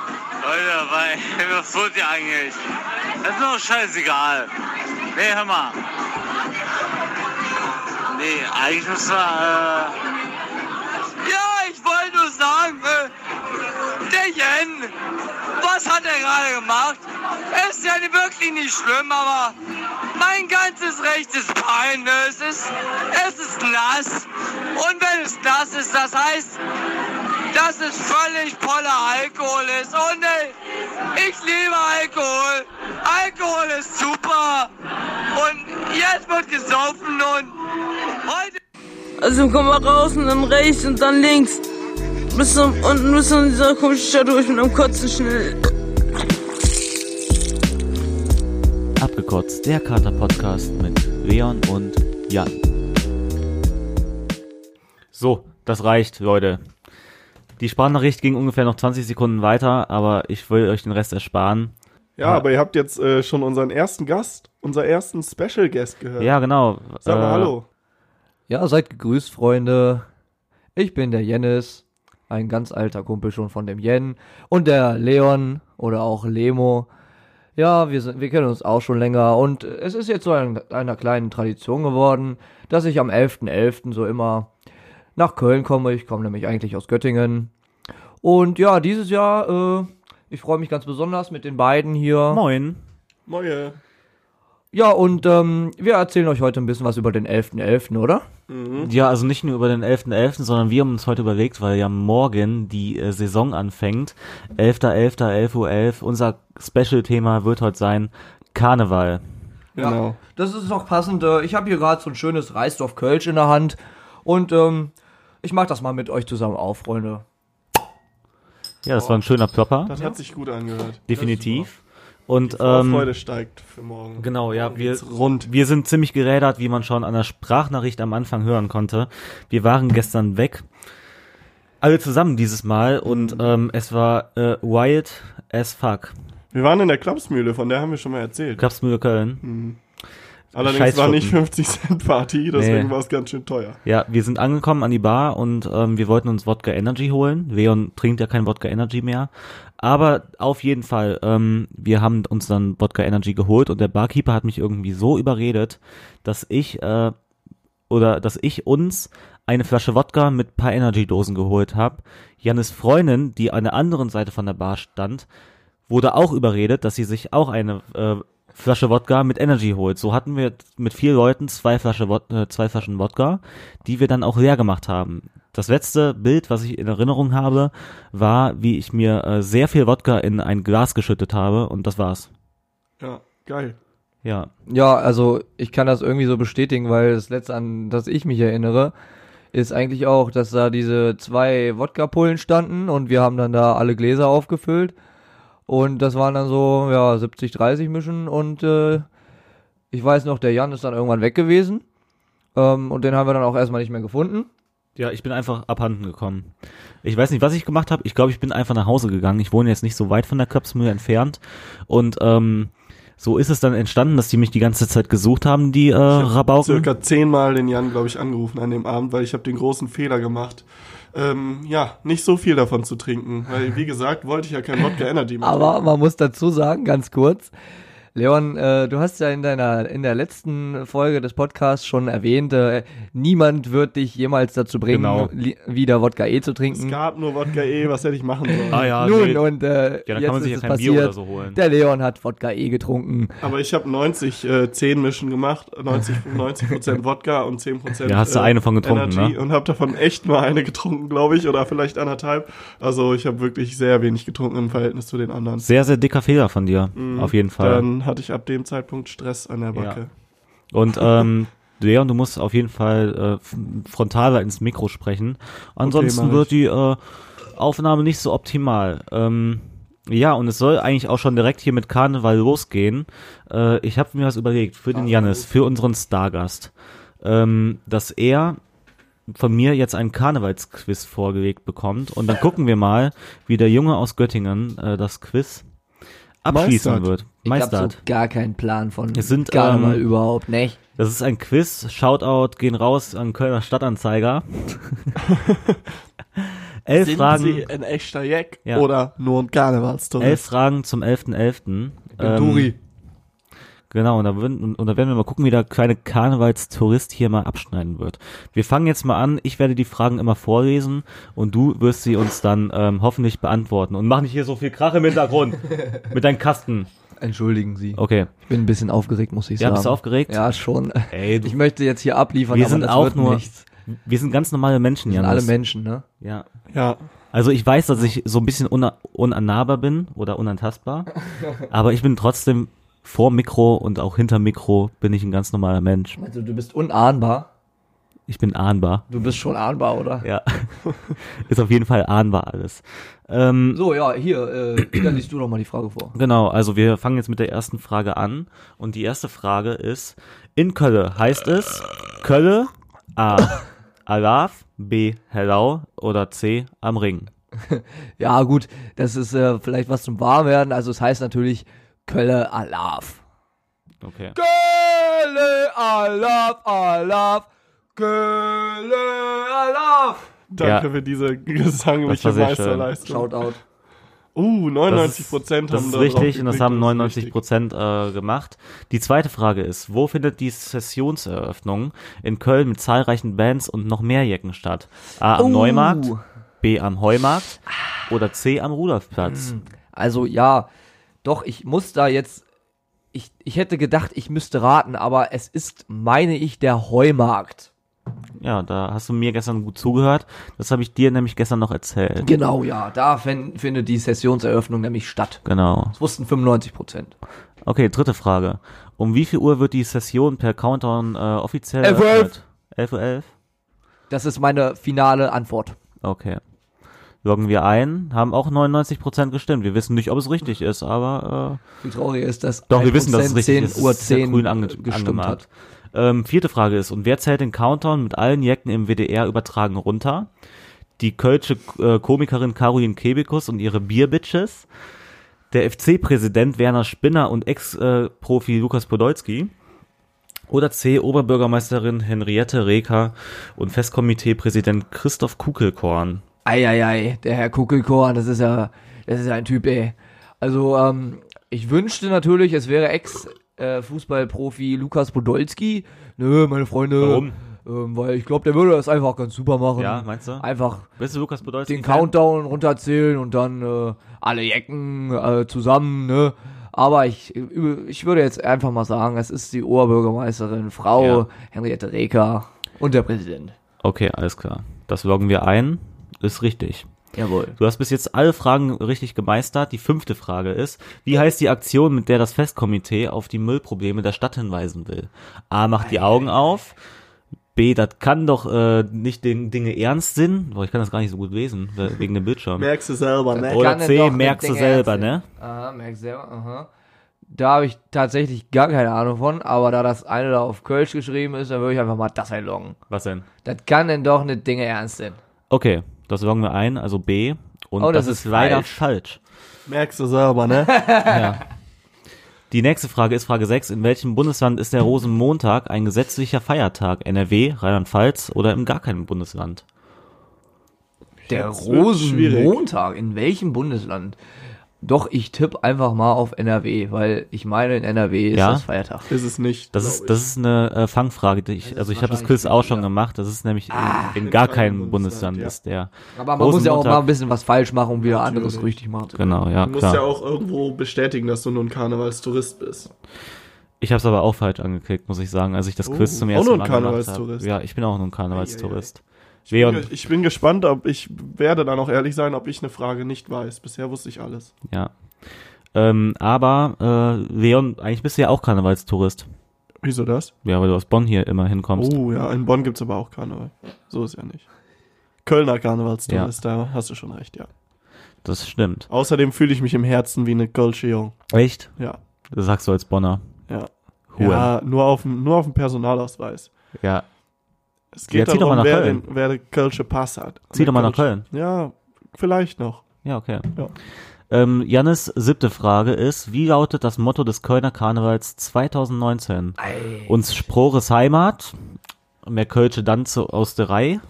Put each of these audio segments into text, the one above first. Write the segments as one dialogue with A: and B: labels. A: Alter, weil, was wollt ihr eigentlich? Das ist doch scheißegal. Nee, hör mal. Nee, eigentlich müssen wir, äh,
B: Ja, ich wollte nur sagen, äh, der Jen, was hat er gerade gemacht? Ist ja wirklich nicht schlimm, aber mein ganzes rechtes Bein, ne, es ist, es ist nass. Und wenn es nass ist, das heißt, dass es völlig voller Alkohol ist. Und äh, ich liebe Alkohol. Alkohol ist super. Und jetzt wird gesoffen und heute...
C: Also komm mal raus und dann rechts und dann links. Bis zum, und bis zu dieser komischen Stadt durch mit einem Kotzen schnell.
D: Abgekotzt, der Kater-Podcast mit Leon und Jan. So, das reicht, Leute. Die Sprachnachricht ging ungefähr noch 20 Sekunden weiter, aber ich will euch den Rest ersparen.
E: Ja, aber ihr habt jetzt äh, schon unseren ersten Gast, unseren ersten Special Guest gehört.
D: Ja, genau.
E: Sag mal
D: äh,
E: Hallo.
F: Ja, seid gegrüßt, Freunde. Ich bin der Jennis, ein ganz alter Kumpel schon von dem Jen und der Leon oder auch Lemo. Ja, wir, sind, wir kennen uns auch schon länger und es ist jetzt so ein, einer kleinen Tradition geworden, dass ich am 11.11. so immer nach Köln komme. Ich komme nämlich eigentlich aus Göttingen. Und ja, dieses Jahr, äh, ich freue mich ganz besonders mit den beiden hier.
D: Moin.
E: Moje.
F: Ja, und ähm, wir erzählen euch heute ein bisschen was über den 11.11., oder?
E: Hm?
D: Ja, also nicht nur über den 11.11., sondern wir haben uns heute überlegt, weil ja morgen die äh, Saison anfängt. 11.11.11.11 Uhr. Unser Special-Thema wird heute sein Karneval.
E: Genau.
F: Das ist noch passend. äh, Ich habe hier gerade so ein schönes Reisdorf Kölsch in der Hand. Und ähm, ich mache das mal mit euch zusammen auf, Freunde.
D: Ja, das war ein schöner Plopper.
E: Das hat sich gut angehört.
D: Definitiv. Und
E: Vorfreude
D: ähm,
E: steigt für morgen.
D: genau, ja, wir,
E: Geht's rund.
D: wir sind ziemlich gerädert, wie man schon an der Sprachnachricht am Anfang hören konnte. Wir waren gestern weg, alle zusammen dieses Mal und
E: Mhm.
D: ähm, es war äh, wild as fuck.
E: Wir waren in der Klapsmühle, von der haben wir schon mal erzählt.
D: Klapsmühle Köln.
E: Allerdings war nicht
D: Scheißschuppen.
E: 50 Cent Party, deswegen
D: Nee.
E: war es ganz schön teuer.
D: Ja, wir sind angekommen an die Bar und ähm, wir wollten uns Wodka Energy holen. Leon trinkt ja kein Wodka Energy mehr. Aber auf jeden Fall, ähm, wir haben uns dann Wodka Energy geholt und der Barkeeper hat mich irgendwie so überredet, dass ich äh, oder dass ich uns eine Flasche Wodka mit paar Energy-Dosen geholt habe. Jannes Freundin, die an der anderen Seite von der Bar stand, wurde auch überredet, dass sie sich auch eine äh, Flasche Wodka mit Energy holt. So hatten wir mit vier Leuten zwei, Flasche Wod äh, zwei Flaschen Wodka, die wir dann auch leer gemacht haben. Das letzte Bild, was ich in Erinnerung habe, war, wie ich mir äh, sehr viel Wodka in ein Glas geschüttet habe und das war's.
E: Ja, geil.
D: Ja,
F: Ja, also ich kann das irgendwie so bestätigen, weil das letzte, an das ich mich erinnere, ist eigentlich auch, dass da diese zwei Wodka-Pullen standen und wir haben dann da alle Gläser aufgefüllt. Und das waren dann so, ja, 70-30 Mischen und äh, ich weiß noch, der Jan ist dann irgendwann weg gewesen. Ähm, und den haben wir dann auch erstmal nicht mehr gefunden.
D: Ja, ich bin einfach abhanden gekommen. Ich weiß nicht, was ich gemacht habe. Ich glaube, ich bin einfach nach Hause gegangen. Ich wohne jetzt nicht so weit von der Klapsmühle entfernt. Und ähm, so ist es dann entstanden, dass die mich die ganze Zeit gesucht haben, die äh, Rabauken.
E: circa zehnmal den Jan, glaube ich, angerufen an dem Abend, weil ich habe den großen Fehler gemacht. Ähm, ja, nicht so viel davon zu trinken, weil wie gesagt, wollte ich ja kein Wodka Energy mehr.
F: Aber man muss dazu sagen, ganz kurz, Leon, äh, du hast ja in deiner in der letzten Folge des Podcasts schon erwähnt, äh, niemand wird dich jemals dazu bringen,
D: Genau.
F: li- wieder Wodka E zu
E: es
F: trinken.
E: gab nur Wodka E, was hätte ich machen sollen?
D: Ah, ja,
F: Nun
D: nee.
F: und äh,
D: Ja, dann
F: jetzt
D: kann man sich
F: ist
D: ja
F: es
D: kein
F: passiert.
D: Bier oder so holen.
F: Der Leon hat Wodka E getrunken.
E: Aber ich habe 90 äh, 10 Mischen gemacht, 90 90 Wodka und 10
D: Ja, hast du
E: äh,
D: eine von getrunken,
E: Energy
D: ne?
E: und habe davon echt mal eine getrunken, glaube ich, oder vielleicht anderthalb. Also, ich habe wirklich sehr wenig getrunken im Verhältnis zu den anderen.
D: Sehr, sehr dicker Fehler von dir, auf jeden Fall.
E: Mhm. Dann hatte ich ab dem Zeitpunkt Stress an der Backe.
D: Und ähm, Leon, du musst auf jeden Fall äh, f- frontaler ins Mikro sprechen. Ansonsten
E: mach ich.
D: wird die äh, Aufnahme nicht so optimal. Ähm, ja, und es soll eigentlich auch schon direkt hier mit Karneval losgehen. Äh, ich habe mir was überlegt für den Jannis, für unseren Stargast, ähm, dass er von mir jetzt ein Karnevalsquiz vorgelegt bekommt. Und dann gucken wir mal, wie der Junge aus Göttingen äh, das Quiz abschließen
E: Meistert.
D: wird.
F: Ich habe so
D: Meistert.
F: gar keinen Plan von
D: Es sind,
F: Karneval
D: ähm,
F: überhaupt nicht.
D: Das ist ein Quiz. Shoutout, gehen raus an Kölner Stadtanzeiger. elf
E: Sind
D: Fragen.
E: Sie ein echter Jack
D: Ja.
E: oder nur ein
D: Elf
E: Karnevalstourist?
D: Fragen zum 11.11.
E: Ein
D: Ähm,
E: Duri.
D: Genau, und da, würden, und, und da werden wir mal gucken, wie der kleine Karnevalstourist hier mal abschneiden wird. Wir fangen jetzt mal an. Ich werde die Fragen immer vorlesen und du wirst sie uns dann ähm, hoffentlich beantworten. Und mach nicht hier so viel Krach im Hintergrund mit deinen Kasten.
F: Entschuldigen Sie.
D: Okay.
F: Ich bin ein bisschen aufgeregt, muss ich
D: Ja,
F: sagen.
D: bist du aufgeregt?
F: Ja, schon.
D: Ey, du-
F: ich möchte jetzt hier abliefern,
D: Wir
F: aber
D: sind
F: das
D: auch
F: wird
D: nur,
F: nichts.
D: wir sind ganz normale Menschen,
F: Wir
D: ja.
F: sind alle Menschen, ne?
D: Ja.
E: Ja.
D: Also ich weiß, dass ich so ein bisschen una unannahbar bin oder unantastbar, aber ich bin trotzdem vor Mikro und auch hinter Mikro bin ich ein ganz normaler Mensch.
F: Also du bist unahnbar.
D: Ich bin ahnbar.
F: Du bist schon ahnbar, oder?
D: Ja. Ist auf jeden Fall ahnbar alles. Ähm,
F: So, ja, hier, äh, dann liest du doch mal die Frage vor.
D: Genau, also wir fangen jetzt mit der ersten Frage an. Und die erste Frage ist, in Kölle heißt es Kölle A. Alaf, B. Hellau oder C. Am Ring.
F: Ja, gut, das ist äh, vielleicht was zum Warmwerden. Also es heißt natürlich Kölle Alaf.
D: Okay.
F: Kölle Alaf, Alaf, Kölle Alaf.
E: Danke
D: Ja.
E: für diese gesangliche
D: Das war sehr schön.
E: Meisterleistung.
F: Shoutout.
E: Uh, 99 Prozent
D: Das
E: haben
D: ist
E: da
D: richtig
E: drauf
D: und das
E: geklickt,
D: haben
E: ist
D: 99
E: richtig.
D: Prozent äh, gemacht. Die zweite Frage ist, wo findet die Sessionseröffnung in Köln mit zahlreichen Bands und noch mehr Jecken statt? A. Am
F: Oh.
D: Neumarkt, B. Am Heumarkt oder C. Am Rudolfplatz?
F: Also ja, doch, ich muss da jetzt. Ich, ich hätte gedacht, ich müsste raten, aber es ist, meine ich, der Heumarkt.
D: Ja, da hast du mir gestern gut zugehört. Das habe ich dir nämlich gestern noch erzählt.
F: Genau, ja, da fin- findet die Sessionseröffnung nämlich statt.
D: Genau.
F: Das wussten 95 Prozent.
D: Okay, dritte Frage. Um wie viel Uhr wird die Session per Countdown äh, offiziell
F: 11 Uhr 11.
D: eröffnet? 11 Uhr 11?
F: Das ist meine finale Antwort.
D: Okay. Loggen wir ein, haben auch 99% gestimmt. Wir wissen nicht, ob es richtig ist, aber äh,
F: Wie traurig ist das?
D: doch, wir wissen, dass es
F: 1%
D: richtig
F: 10
D: ist. Es
F: Uhr
D: ist sehr
F: 10
D: grün ange
F: gestimmt
D: angemalt.
F: hat.
D: Ähm, vierte Frage ist, und wer zählt den Countdown mit allen Jecken im WDR übertragen runter? Die kölsche äh, Komikerin Karolin Kebekus und ihre Bierbitches, der FC-Präsident Werner Spinner und Ex-Profi Lukas Podolski oder C. Oberbürgermeisterin Henriette Reker und Festkomitee-Präsident Christoph Kukelkorn.
F: Eieiei, der Herr Kuckelkorn, das ist ja, das ist ja ein Typ, ey. Also, ähm, ich wünschte natürlich, es wäre Ex-Fußballprofi Lukas Podolski. Nö, meine Freunde.
D: Warum?
F: Ähm, weil ich glaube, der würde das einfach ganz super machen.
D: Ja, meinst du?
F: Einfach
D: Bist du Lukas Podolski?
F: den Countdown runterzählen und dann äh, alle Jecken äh, zusammen, ne? Aber ich, ich würde jetzt einfach mal sagen, es ist die Oberbürgermeisterin, Frau
D: Ja.
F: Henriette Reker und der Präsident.
D: Okay, alles klar. Das loggen wir ein. Ist richtig.
F: Jawohl.
D: Du hast bis jetzt alle Fragen richtig gemeistert. Die fünfte Frage ist, wie heißt die Aktion, mit der das Festkomitee auf die Müllprobleme der Stadt hinweisen will? A, macht die Augen auf. B, das kann doch äh, nicht den Dinge ernst sind. Boah, ich kann das gar nicht so gut lesen, we- wegen dem Bildschirm.
E: Merkst du selber, ne?
D: Oder
F: Kann denn
D: C,
F: doch
D: merkst du
F: den Dinge
D: selber,
F: erzählen.
D: ne?
F: Aha, merkst selber, aha. Da habe ich tatsächlich gar keine Ahnung von, aber da das eine da auf Kölsch geschrieben ist, dann würde ich einfach mal das einloggen.
D: Was denn?
F: Das kann denn doch nicht Dinge ernst sein.
D: Okay, das loggen wir ein, also B. Und
F: Oh,
D: das,
F: das
D: ist,
F: ist
D: leider falsch.
E: Merkst du selber, ne?
D: Die nächste Frage ist Frage 6. In welchem Bundesland ist der Rosenmontag ein gesetzlicher Feiertag? NRW, Rheinland-Pfalz oder in gar keinem Bundesland?
F: Der
E: Jetzt wird's schwierig.
F: Rosenmontag, in welchem Bundesland? Doch, ich tippe einfach mal auf NRW, weil ich meine, in NRW ist
D: Ja?
F: das Feiertag.
E: Ist es nicht.
D: Das ist, das ist eine äh, Fangfrage. Die ich, also ich habe das Quiz auch schon gemacht. Das ist nämlich in,
E: Ah,
D: in gar keinem Bundesland
E: ja.
D: ist der.
F: Aber man muss ja auch
D: Rosenmontag.
F: mal ein bisschen was falsch machen, um wieder anderes richtig machen zu können.
D: Genau, ja,
E: Du musst ja
D: klar.
E: auch irgendwo bestätigen, dass du nur ein Karnevalstourist bist.
D: Ich habe es aber auch falsch angeklickt, muss ich sagen, als ich das
E: Oh,
D: Quiz zum
E: auch
D: ersten
E: nur ein
D: Mal gemacht habe.
E: Karnevalstourist.
D: Ja, ich bin auch nur ein Karnevalstourist. Leon,
E: Ich bin gespannt, ob ich werde dann auch ehrlich sein, ob ich eine Frage nicht weiß. Bisher wusste ich alles.
D: ja. Ähm, aber äh, Leon, eigentlich bist du ja auch Karnevalstourist.
E: Wieso das?
D: Ja, weil du aus Bonn hier immer hinkommst.
E: Oh ja, in Bonn gibt es aber auch Karneval. So ist ja nicht. Kölner Karnevalstourist, da hast du schon recht, ja.
D: Das stimmt.
E: Außerdem fühle ich mich im Herzen wie eine Kölsche Jung.
D: Echt?
E: Ja,
D: Das sagst du als Bonner.
E: ja.
D: Huren.
E: Ja, nur auf, dem- nur auf dem Personalausweis.
D: Ja,
E: Es
D: Ja,
E: geht
D: zieh doch
E: darum,
D: mal nach
E: wer,
D: Köln.
E: den, wer den Kölsche Pass hat.
D: Zieh doch mal nach
E: Kölsche- Ja, vielleicht noch.
D: Ja, okay.
E: Ja.
D: Ähm, Jannis siebte Frage ist, wie lautet das Motto des Kölner Karnevals 2019? Uns Sprores Heimat, mehr Kölsche Danze aus der Reihe,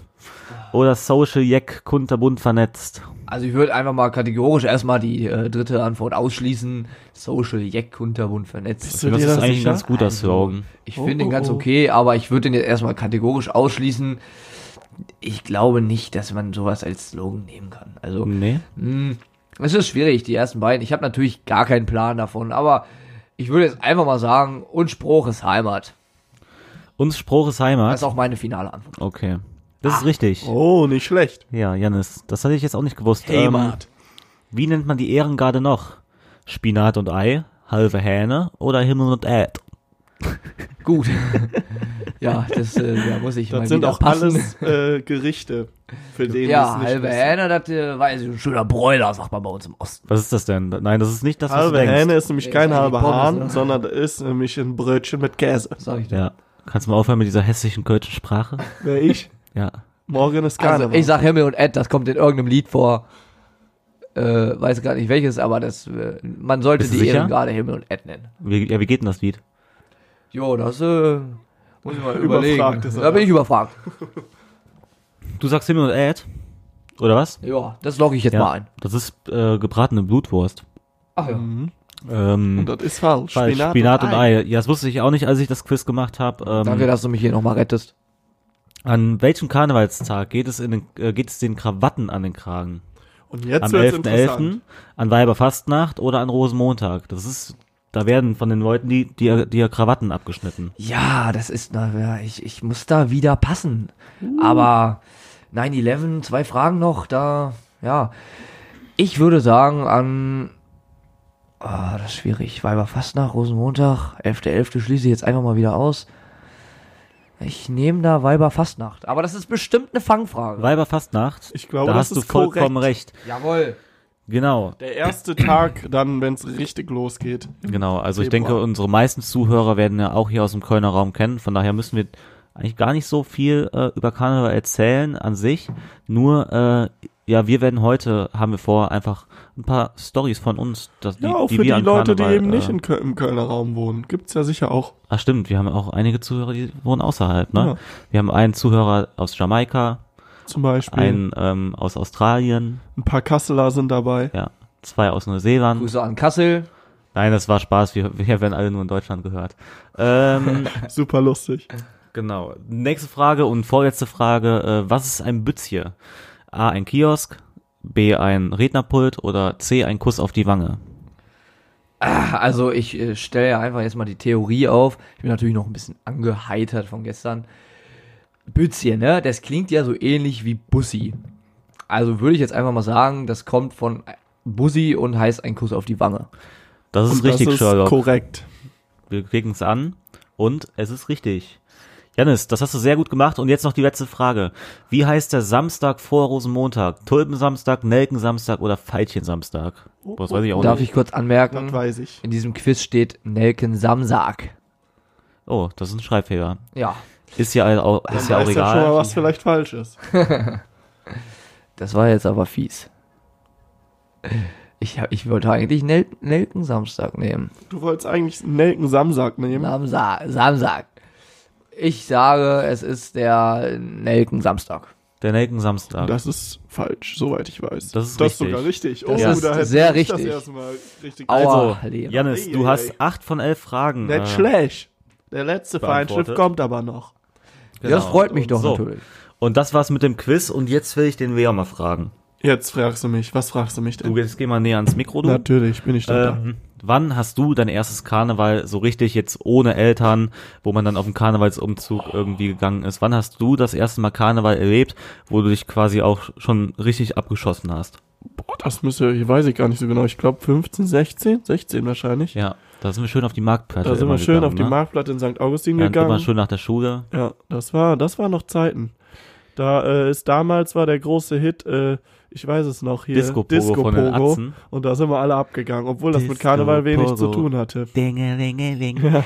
D: oder Social Jack kunterbunt vernetzt?
F: Also ich würde einfach mal kategorisch erstmal die äh, dritte Antwort ausschließen. Social Jack kunterbunt vernetzt. Also,
E: Bist du
D: Das
E: dir
D: ist
E: da
D: eigentlich ein
E: sicher?
D: ganz guter Slogan.
F: Ich
E: Oh,
F: finde den
E: oh,
F: ganz
E: oh.
F: okay, aber ich würde den jetzt erstmal kategorisch ausschließen. Ich glaube nicht, dass man sowas als Slogan nehmen kann. Also
D: Nee.
F: Hm, Es ist schwierig, die ersten beiden. Ich habe natürlich gar keinen Plan davon, aber ich würde jetzt einfach mal sagen, und Spruch ist Heimat.
D: Uns Spruch ist
F: Das ist
D: Heimat.
F: auch meine finale Antwort.
D: Okay. Das ist richtig.
E: Oh, nicht schlecht.
D: Ja, Janis, das hatte ich jetzt auch nicht gewusst. Ähm,
E: Mart.
D: wie nennt man die Ehrengarde noch? Spinat und Ei, halbe Hähne oder Himmel und Erd?
F: Gut. ja, das äh, da muss ich mal
E: Das sind
F: wieder
E: auch
F: passen.
E: alles äh, Gerichte, für den
F: Ja, halbe
E: wissen.
F: Hähne, das äh, weiß ich, ein schöner Bräuler, sagt man bei uns im Osten.
D: Was ist das denn? Nein, das ist nicht das, was
E: Halbe
D: du denkst.
E: Hähne ist nämlich
F: Ist
E: kein
F: eigentlich
E: halber
F: Pommes,
E: Hahn,
F: ne?
E: sondern ist nämlich ein Brötchen mit Käse.
F: Sag ich dir.
D: Ja. Kannst du mal aufhören mit dieser hässlichen kölschen Sprache?
E: Wer ich?
D: Ja.
E: Morgen ist
F: Also,
E: Karneval.
F: ich sag Himmel und Ed, das kommt in irgendeinem Lied vor. Äh, weiß gar nicht welches, aber das, äh, man sollte
D: Bist du
F: die
D: sicher?
F: Ehrengarde Himmel und Ed nennen.
D: Wie, ja, wie geht denn das Lied?
F: Jo, das äh, muss ich mal
E: Überfragt
F: überlegen.
E: ist er
F: Da bin
E: da.
F: ich überfragt.
D: Du sagst Himmel und Erd? Oder was?
F: Ja, das logge ich jetzt mal ein.
D: Das ist äh, gebratene Blutwurst.
F: Ach ja.
D: Ähm,
E: Und äh, das ist falsch.
D: falsch. Spinat, und Ei. Ja, das wusste ich auch nicht, als ich das Quiz gemacht habe. Ähm,
F: Danke, dass du mich hier nochmal rettest.
D: An welchem Karnevalstag geht es, in den, äh, geht es den Krawatten an den Kragen?
E: Und
D: Am
E: jetzt wird's
D: 11.11.,
E: interessant.
D: an Weiberfastnacht oder an Rosenmontag? Das ist, da werden von den Leuten die, die, die Krawatten abgeschnitten.
F: Ja, das ist, na, ja, ich, ich muss da wieder passen. Aber 9-11, zwei Fragen noch, da, ja. Ich würde sagen, an, ah, das ist schwierig, Weiberfastnacht, Rosenmontag, 11.11. schließe ich jetzt einfach mal wieder aus. Ich nehme da Weiberfastnacht. Aber das ist bestimmt eine Fangfrage.
D: Weiberfastnacht,
E: Ich glaube,
D: da
E: das
D: hast du
E: ist
D: vollkommen recht.
F: Jawohl.
D: Genau,
E: Der erste Tag dann, wenn's richtig losgeht.
D: genau. Also ich
E: Februar.
D: denke, unsere meisten Zuhörer werden ja auch hier aus dem Kölner Raum kennen. Von daher müssen wir eigentlich gar nicht so viel äh, über Karneval erzählen an sich. Nur, äh, ja, wir werden heute, haben wir vor, einfach ein paar Stories von uns, dass, die,
E: Ja, auch
D: die
E: für die
D: wir an
E: Leute, die
D: Karneval,
E: eben nicht
D: äh,
E: in Kö im Kölner Raum wohnen. Gibt's ja sicher auch.
D: Ach stimmt, wir haben auch einige Zuhörer, die wohnen außerhalb, ne?
E: Ja.
D: Wir haben einen Zuhörer aus Jamaika,
E: Zum Beispiel. Ein,
D: einen ähm, aus Australien,
E: paar Kasseler sind dabei.
D: ja, zwei aus Neuseeland.
F: Grüße an Kassel.
D: Nein, das war Spaß, wir, wir werden alle nur in Deutschland gehört. Ähm,
E: Super lustig.
D: genau. Nächste Frage und vorletzte Frage, äh, was ist ein Bützje? A, ein Kiosk, B, ein Rednerpult oder C, ein Kuss auf die Wange?
F: Also ich äh, stelle ja einfach jetzt mal die Theorie auf. Ich bin natürlich noch ein bisschen angeheitert von gestern. Bützje, ne? Das klingt ja so ähnlich wie Bussi. Also würde ich jetzt einfach mal sagen, das kommt von äh, Bussi und heißt ein Kuss auf die Wange.
D: Das ist
E: Und
D: richtig,
E: das ist
D: Sherlock.
E: korrekt.
D: Wir kriegen es an und es ist richtig. Janis, das hast du sehr gut gemacht und jetzt noch die letzte Frage. Wie heißt der Samstag vor Rosenmontag? Tulpensamstag, Nelkensamstag oder Veilchensamstag?
E: Oh,
D: Was weiß ich auch
F: Darf
D: nicht.
F: ich kurz
E: Das
F: anmerken,
E: weiß ich.
F: in diesem Quiz steht Nelken Samsag.
D: Oh, das ist ein Schreibfehler.
F: Ja,
D: Ist ja all- auch,
E: Dann
D: ist ja auch
E: weiß ja schon mal,
D: egal.
E: was vielleicht falsch ist.
F: das war jetzt aber fies. Ich, hab- ich wollte eigentlich Nel Nelken Samstag nehmen.
E: Du wolltest eigentlich einen Nelken Samsack nehmen.
F: Samstag, Samstag. Ich sage, es ist der Nelken Samstag.
D: Der Nelkensamstag.
E: Das ist falsch, soweit ich weiß.
D: Das ist richtig.
E: das ist sogar richtig. Oh,
F: Das
D: ist
E: da hätte
F: sehr
E: ich Das
F: richtig.
E: erste mal richtig
F: Aua.
D: also,
F: Oh, Leo.
D: Janis, du
E: Ei, ei,
D: hast
E: ei.
D: acht von elf Fragen.
E: Nicht
D: äh,
E: schlecht. Der letzte
D: beantwortet.
E: Feinschliff kommt aber noch.
D: genau.
F: Das freut mich doch
D: So.
F: natürlich.
D: Und das war's mit dem Quiz und jetzt will ich den Leo mal fragen.
E: Jetzt fragst du mich, was fragst du mich denn?
D: Du, jetzt geh mal näher ans Mikro, du.
E: Natürlich bin ich doch da.
D: Ähm, wann hast du dein erstes Karneval so richtig jetzt ohne Eltern, wo man dann auf den Karnevalsumzug irgendwie gegangen ist? Wann hast du das erste Mal Karneval erlebt, wo du dich quasi auch schon richtig abgeschossen hast?
E: Boah, das müsste, ich weiß ich gar nicht so genau. Ich glaube 15, 16, 16 wahrscheinlich.
D: Ja, da sind wir schön auf die Marktplatte.
E: da sind wir
D: immer
E: schön
D: gegangen,
E: auf die
D: ne?
E: Marktplatte in St. Augustin
D: Wir waren immer
E: gegangen.
D: schön nach der Schule.
E: Ja, das war, das waren noch Zeiten. Da äh, ist damals war der große Hit, äh, ich weiß es noch hier,
D: Disco Pogo von den
E: Pogo.
D: Atzen.
E: Und da sind wir alle abgegangen, obwohl das mit
D: Disco
E: Karneval wenig zu
D: Pogo.
E: tun hatte.
G: Dingelingeling,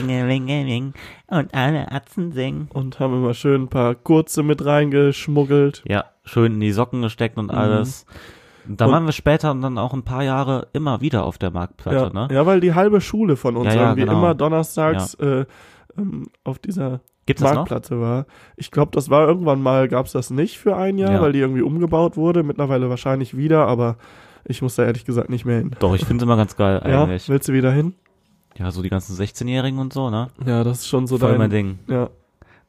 G: Dingelingeling und alle Atzen singen.
E: Und haben immer schön ein paar Kurze mit reingeschmuggelt.
D: Ja, schön in die Socken gesteckt und alles. Und Da
E: Mhm. Und-
D: waren wir später und dann auch ein paar Jahre immer wieder auf der Marktplatte,
E: Ja,
D: ne?
E: ja, weil die halbe Schule von
D: Ja,
E: uns
D: ja,
E: irgendwie
D: genau.
E: immer donnerstags äh, ähm, auf dieser
D: Gibt es das noch?
E: Marktplatte war. Ich glaube, das war irgendwann mal, gab es das nicht für ein Jahr,
D: Ja.
E: weil die irgendwie umgebaut wurde. Mittlerweile wahrscheinlich wieder, aber ich muss da ehrlich gesagt nicht mehr hin.
D: Doch, ich finde es immer ganz geil
E: Ja,
D: eigentlich. Ja,
E: willst du wieder hin?
D: so die ganzen 16-Jährigen und so, ne?
E: Ja, das ist schon so
D: Voll
E: dein
D: mein Ding.
E: Ja.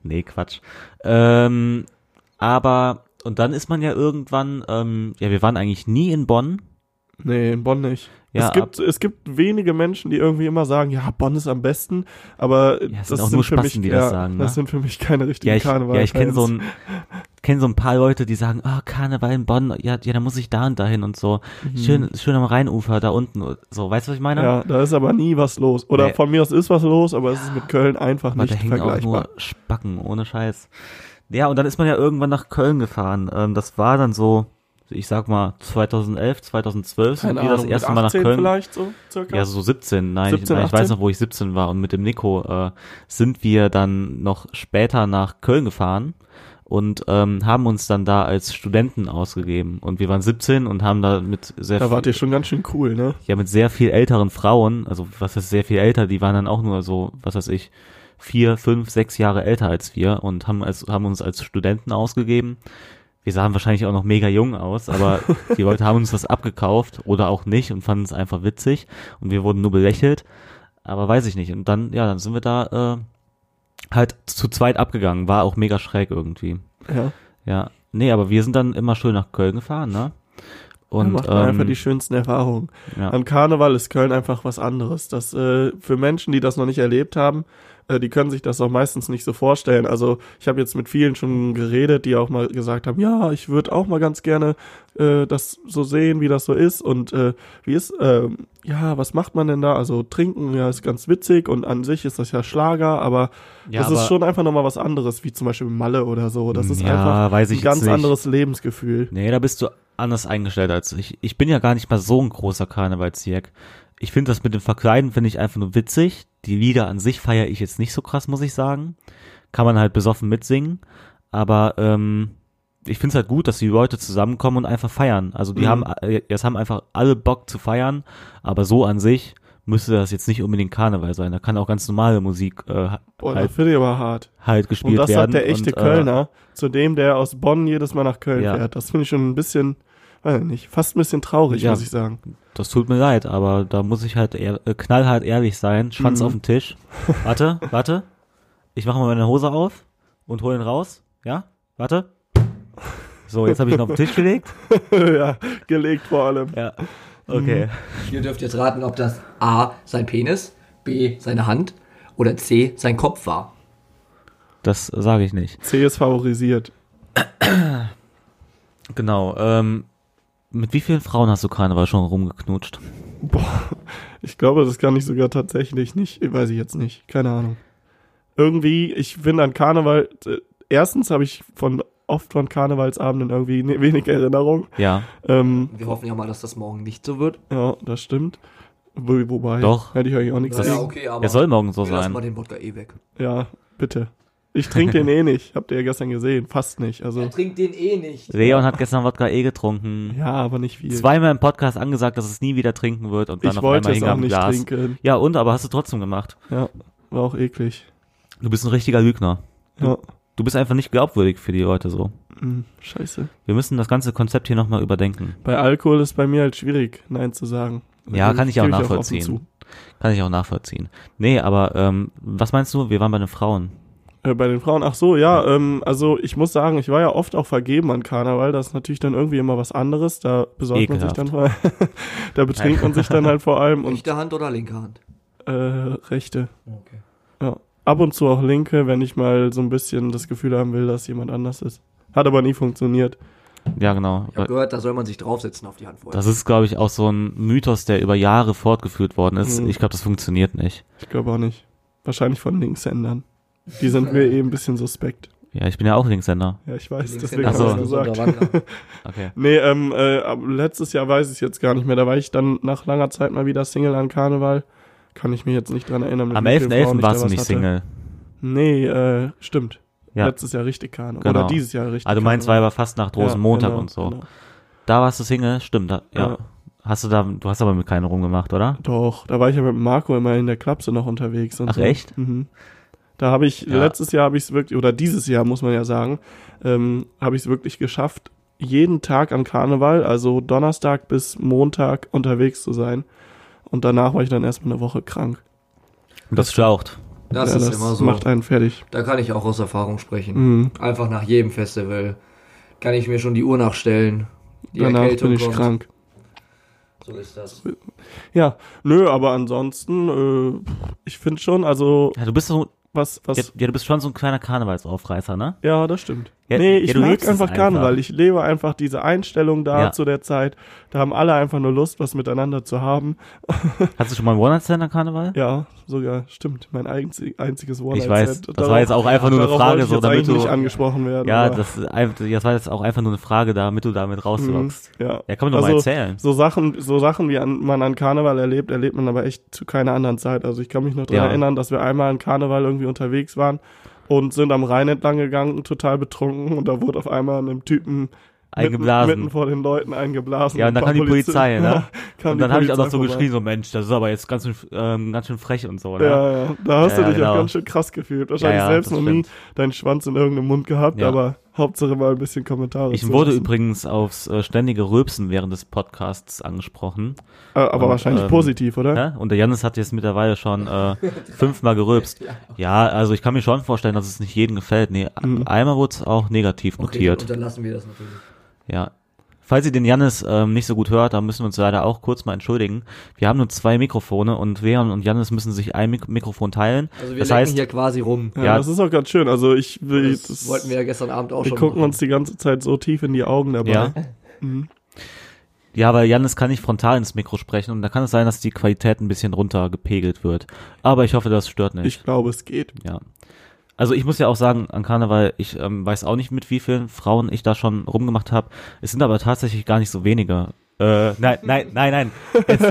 D: Nee, Quatsch. Ähm, aber, und dann ist man ja irgendwann, ähm, ja, wir waren eigentlich nie in Bonn.
E: Nee, in Bonn nicht.
D: Ja,
E: es, gibt, es gibt wenige Menschen, die irgendwie immer sagen, ja, Bonn ist am besten, aber
D: Ja, es
E: das
D: sind auch
E: sind
D: nur
E: für
D: Spasten,
E: mich,
D: die das
E: ja,
D: sagen, ne?
E: Das sind für mich keine richtigen
D: Ja, ich,
E: Karneval.
D: ja, ich kenne so ein, kenn so ein paar Leute, die sagen, ah, Karneval in Bonn, ja, ja, da muss ich da und dahin und so. Schön, schön am Rheinufer, da unten, so, weißt du, was ich meine?
E: Mhm. Ja, da ist aber nie was los. Oder
D: Nee.
E: von mir aus ist was los, aber es ist mit Köln einfach
D: Aber
E: nicht
D: da hängen auch
E: vergleichbar.
D: nur Spacken, ohne Scheiß. Ja, und dann ist man ja irgendwann nach Köln gefahren. Ähm, das war dann so, ich sag mal, 2011, 2012 sind wir das
E: mit
D: erste Mal nach
E: 18
D: Köln.
E: vielleicht so, circa.
D: Ja, so 17, nein,
E: 17,
D: ich, nein, ich weiß
E: 18?
D: noch, wo ich 17 war. Und mit dem Nico äh, sind wir dann noch später nach Köln gefahren und ähm, haben uns dann da als Studenten ausgegeben. Und wir waren 17 und haben da mit sehr
E: da
D: viel-
E: wart ihr schon ganz schön cool, ne?
D: ja mit sehr viel älteren Frauen, also was ist sehr viel älter, die waren dann auch nur so, was weiß ich, vier, fünf, sechs Jahre älter als wir und haben als haben uns als Studenten ausgegeben. Wir sahen wahrscheinlich auch noch mega jung aus, aber die Leute haben uns das abgekauft oder auch nicht und fanden es einfach witzig und wir wurden nur belächelt, aber weiß ich nicht. Und dann, ja, dann sind wir da äh, halt zu zweit abgegangen, war auch mega schräg irgendwie.
E: Ja.
D: Ja, nee, aber wir sind dann immer schön nach Köln gefahren, ne?
E: Und,
D: Und
E: macht man einfach
D: ähm,
E: die schönsten Erfahrungen.
D: ja.
E: An Karneval ist Köln einfach was anderes. Das äh, für Menschen, die das noch nicht erlebt haben, äh, die können sich das auch meistens nicht so vorstellen. Also ich habe jetzt mit vielen schon geredet, die auch mal gesagt haben, ja, ich würde auch mal ganz gerne äh, das so sehen, wie das so ist und äh, wie ist, ähm, ja, was macht man denn da? Also trinken, ja, ist ganz witzig und an sich ist das ja Schlager, aber
D: Ja,
E: das
D: aber- Hm,
E: ist schon einfach nochmal was anderes, wie zum Beispiel Malle oder so. Das ist
D: Ja,
E: einfach
D: weiß ich
E: ein
D: jetzt
E: ganz
D: nicht.
E: anderes Lebensgefühl.
D: Nee, da bist du anders eingestellt als ich. Ich bin ja gar nicht mal so ein großer Karnevalsjäg. Ich finde das mit dem Verkleiden finde ich einfach nur witzig. Die Lieder an sich feiere ich jetzt nicht so krass, muss ich sagen. Kann man halt besoffen mitsingen. Aber ähm, ich finde es halt gut, dass die Leute zusammenkommen und einfach feiern. Also die
E: Mhm.
D: haben, äh, jetzt haben einfach alle Bock zu feiern. Aber so an sich müsste das jetzt nicht unbedingt Karneval sein. Da kann auch ganz normale Musik äh,
E: Boah,
D: halt,
E: das finde ich aber hart.
D: halt
E: Und
D: gespielt
E: das
D: werden.
E: sagt der echte
D: und, äh,
E: Kölner zu dem, der aus Bonn jedes Mal nach Köln
D: Ja.
E: fährt. Das finde ich schon ein bisschen, weiß ich nicht, fast ein bisschen traurig,
D: Ja.
E: muss ich sagen.
D: Das tut mir leid, aber da muss ich halt ehr, äh, knallhart ehrlich sein. Schwanz
E: Mhm.
D: auf den Tisch. Warte, warte. Ich mache mal meine Hose auf und hole ihn raus. Ja? Warte. So, jetzt habe ich ihn auf den Tisch gelegt.
E: ja, gelegt vor allem.
D: Ja.
E: Mhm.
D: Okay.
F: Ihr dürft jetzt raten, ob das A sein Penis, B seine Hand oder C sein Kopf war.
D: Das sage ich nicht.
E: C ist favorisiert.
D: Genau. Ähm, mit wie vielen Frauen hast du Karneval schon rumgeknutscht?
E: Boah, ich glaube, das kann ich sogar tatsächlich nicht, weiß ich jetzt nicht, keine Ahnung. Irgendwie, ich finde an Karneval, äh, erstens habe ich von oft von Karnevalsabenden irgendwie ne- wenig Erinnerung.
D: Ja.
E: Ähm,
F: Wir hoffen ja mal, dass das morgen nicht so wird.
E: ja, das stimmt. Wo, wobei,
D: Doch.
E: hätte ich eigentlich auch nichts
F: Naja,
E: gegen.
F: okay, aber
D: Es soll morgen so
F: wir lassen
D: sein.
F: mal den Wodka eh weg.
E: Ja, bitte. Ich trinke den eh nicht. Habt ihr ja gestern gesehen. Fast nicht. Also,
F: Trinkt den eh nicht.
D: Leon hat gestern Wodka E getrunken.
E: ja, aber nicht viel.
D: Zweimal im Podcast angesagt, dass es nie wieder trinken wird und dann
E: ich
D: auf
E: wollte
D: einmal
E: es
D: hing er
E: auch
D: am
E: nicht
D: Glas.
E: trinken.
D: Ja, und aber hast du trotzdem gemacht.
E: Ja, war auch eklig.
D: Du bist ein richtiger Lügner.
E: Ja.
D: Du bist einfach nicht glaubwürdig für die Leute so.
E: Mm, scheiße.
D: Wir müssen das ganze Konzept hier nochmal überdenken.
E: Bei Alkohol ist bei mir halt schwierig, Nein zu sagen. Also,
D: Ja,
E: Gebe
D: kann ich auch
E: gebe offen
D: nachvollziehen. Kann ich auch nachvollziehen. Nee, aber ähm, was meinst du? Wir waren bei den Frauen.
E: Äh, bei den Frauen, ach so, ja, ähm, also ich muss sagen, ich war ja oft auch vergeben an Karneval, das ist natürlich dann irgendwie immer was anderes, da besorgt man sich dann vor da betrinkt man sich dann halt vor allem und
F: Rechte Hand oder linke Hand?
E: äh, rechte. Ja, ab und zu auch linke, wenn ich mal so ein bisschen das Gefühl haben will, dass jemand anders ist. Hat aber nie funktioniert.
D: Ja, genau.
F: Ich habe gehört, da soll man sich draufsetzen auf die Hand vorher.
D: Das ist, glaube ich, auch so ein Mythos, der über Jahre fortgeführt worden ist.
E: Mhm.
D: Ich glaube, das funktioniert nicht.
E: Ich glaube auch nicht. Wahrscheinlich von Linkshändern. Die sind mir eh ein bisschen suspekt.
D: Ja, ich bin ja auch Linkshänder.
E: Ja, ich weiß, deswegen
F: Linkshänder
E: habe
D: Ach so.
E: ich
F: sind
E: gesagt.
F: Unterwanderer.
D: Okay.
E: Nee, ähm, äh, ab- letztes Jahr weiß ich es jetzt gar nicht mehr. Da war ich dann nach langer Zeit mal wieder Single an Karneval. Kann ich mich jetzt nicht dran erinnern. mit
D: Am
E: wie vielen
D: 11.11.
E: Frauen ich
D: warst
E: da
D: du
E: was
D: nicht
E: hatte.
D: Single.
E: Nee, äh, stimmt.
D: Ja.
E: Letztes Jahr richtig Karneval.
D: Genau.
E: Oder dieses Jahr richtig
D: Ah, du meinst, war
E: Karneval.
D: aber fast nach Rosenmontag
E: genau,
D: und so.
E: genau.
D: Da warst du Single, stimmt. Da, ja.
E: Ja.
D: Hast du da, du hast aber mit keinen rumgemacht, oder?
E: Doch, da war ich ja mit Marco immer in der Klapse noch unterwegs. Und
D: Ach,
E: so.
D: echt?
E: Mhm. Da habe ich,
D: Ja.
E: letztes Jahr habe ich es wirklich, oder dieses Jahr muss man ja sagen, ähm, habe ich es wirklich geschafft, jeden Tag an Karneval, also Donnerstag bis Montag unterwegs zu sein. Und danach war ich dann erstmal eine Woche krank.
D: Und das schlaucht.
F: Das
E: Ja,
F: ist immer so.
E: macht einen fertig.
F: Da kann ich auch aus Erfahrung sprechen.
E: Mhm.
F: Einfach nach jedem Festival kann ich mir schon die Uhr nachstellen. Die
E: Danach
F: Erkältung
E: bin ich
F: kommt.
E: krank.
F: So ist das.
E: Ja, nö, aber ansonsten, äh, ich finde schon, also
D: Ja, du bist so,
E: was, was,
D: ja, ja, du bist schon so ein kleiner Karnevalsaufreißer, ne?
E: Ja, das stimmt.
D: Ja,
E: nee,
D: ja,
E: ich
D: du
E: mag
D: liebst es
E: einfach
D: einfach.
E: Karneval. Ich lebe einfach diese Einstellung da
D: Ja.
E: zu der Zeit. Da haben alle einfach nur Lust, was miteinander zu haben.
D: Hast du schon mal einen One-Night-Stand am Karneval?
E: Ja, sogar, stimmt. Mein einzig, einziges Wort.
D: Ich weiß, das war jetzt auch einfach nur eine Frage,
E: ich
D: so
E: jetzt
D: damit
E: eigentlich
D: du.
E: nicht angesprochen werden.
D: Ja,
E: aber-
D: das, ist ein- das war jetzt auch einfach nur eine Frage, damit du damit
E: Mhm,
D: rauslockst.
E: ja. Also,
D: Ja, kann man doch mal erzählen.
E: So Sachen, so Sachen, wie an, man an Karneval erlebt, erlebt man aber echt zu keiner anderen Zeit. Also ich kann mich noch daran
D: Ja.
E: erinnern, dass wir einmal an Karneval irgendwie unterwegs waren und sind am Rhein entlang gegangen, total betrunken und da wurde auf einmal einem Typen
D: Eingeblasen.
E: Mitten, mitten vor den Leuten eingeblasen.
D: Ja, und dann
E: Ein paar
D: kam die Polizei, ne?
E: kam
D: und
E: die
D: dann habe ich auch noch so
E: Polizei vorbei.
D: geschrien, so Mensch, das ist aber jetzt ganz schön, ähm, ganz schön frech und so, ne?
E: Ja, ja, da hast
D: Ja,
E: du dich
D: genau.
E: auch ganz schön krass gefühlt. Wahrscheinlich
D: Ja, ja,
E: selbst
D: das
E: noch nie
D: stimmt.
E: deinen Schwanz in irgendeinem Mund gehabt,
D: Ja.
E: aber Hauptsache mal ein bisschen Kommentare.
D: Ich
E: zu
D: wurde
E: lassen.
D: übrigens aufs äh, ständige Rülpsen während des Podcasts angesprochen.
E: Äh, aber
D: Und,
E: wahrscheinlich
D: ähm,
E: positiv, oder?
D: Ne? Und der Jannis hat jetzt mittlerweile schon äh, fünfmal gerülpst. Ja, also ich kann mir schon vorstellen, dass es nicht jedem gefällt. Nee,
E: Mhm.
D: einmal wurde es auch negativ
F: Okay,
D: notiert.
F: und dann lassen wir das natürlich.
D: Ja. Falls ihr den Jannis ähm, nicht so gut hört, dann müssen wir uns leider auch kurz mal entschuldigen. Wir haben nur zwei Mikrofone und Leon und Jannis müssen sich ein Mik Mikrofon teilen.
F: Also wir
D: das
F: lecken
D: heißt,
F: hier quasi rum.
E: Ja,
D: ja.
E: das ist auch ganz schön. Also ich will.
F: Das, wollten wir ja gestern Abend auch
E: wir
F: schon.
E: gucken
F: machen.
E: uns die ganze Zeit so tief in die Augen dabei.
D: ja. Ja, weil Jannis kann nicht frontal ins Mikro sprechen und da kann es sein, dass die Qualität ein bisschen runtergepegelt wird. Aber ich hoffe, das stört nicht.
E: Ich glaube, es geht.
D: Ja. Also ich muss ja auch sagen, an Karneval, ich ähm, weiß auch nicht, mit wie vielen Frauen ich da schon rumgemacht habe. Es sind aber tatsächlich gar nicht so wenige. Äh, nein, nein, nein, nein. Es,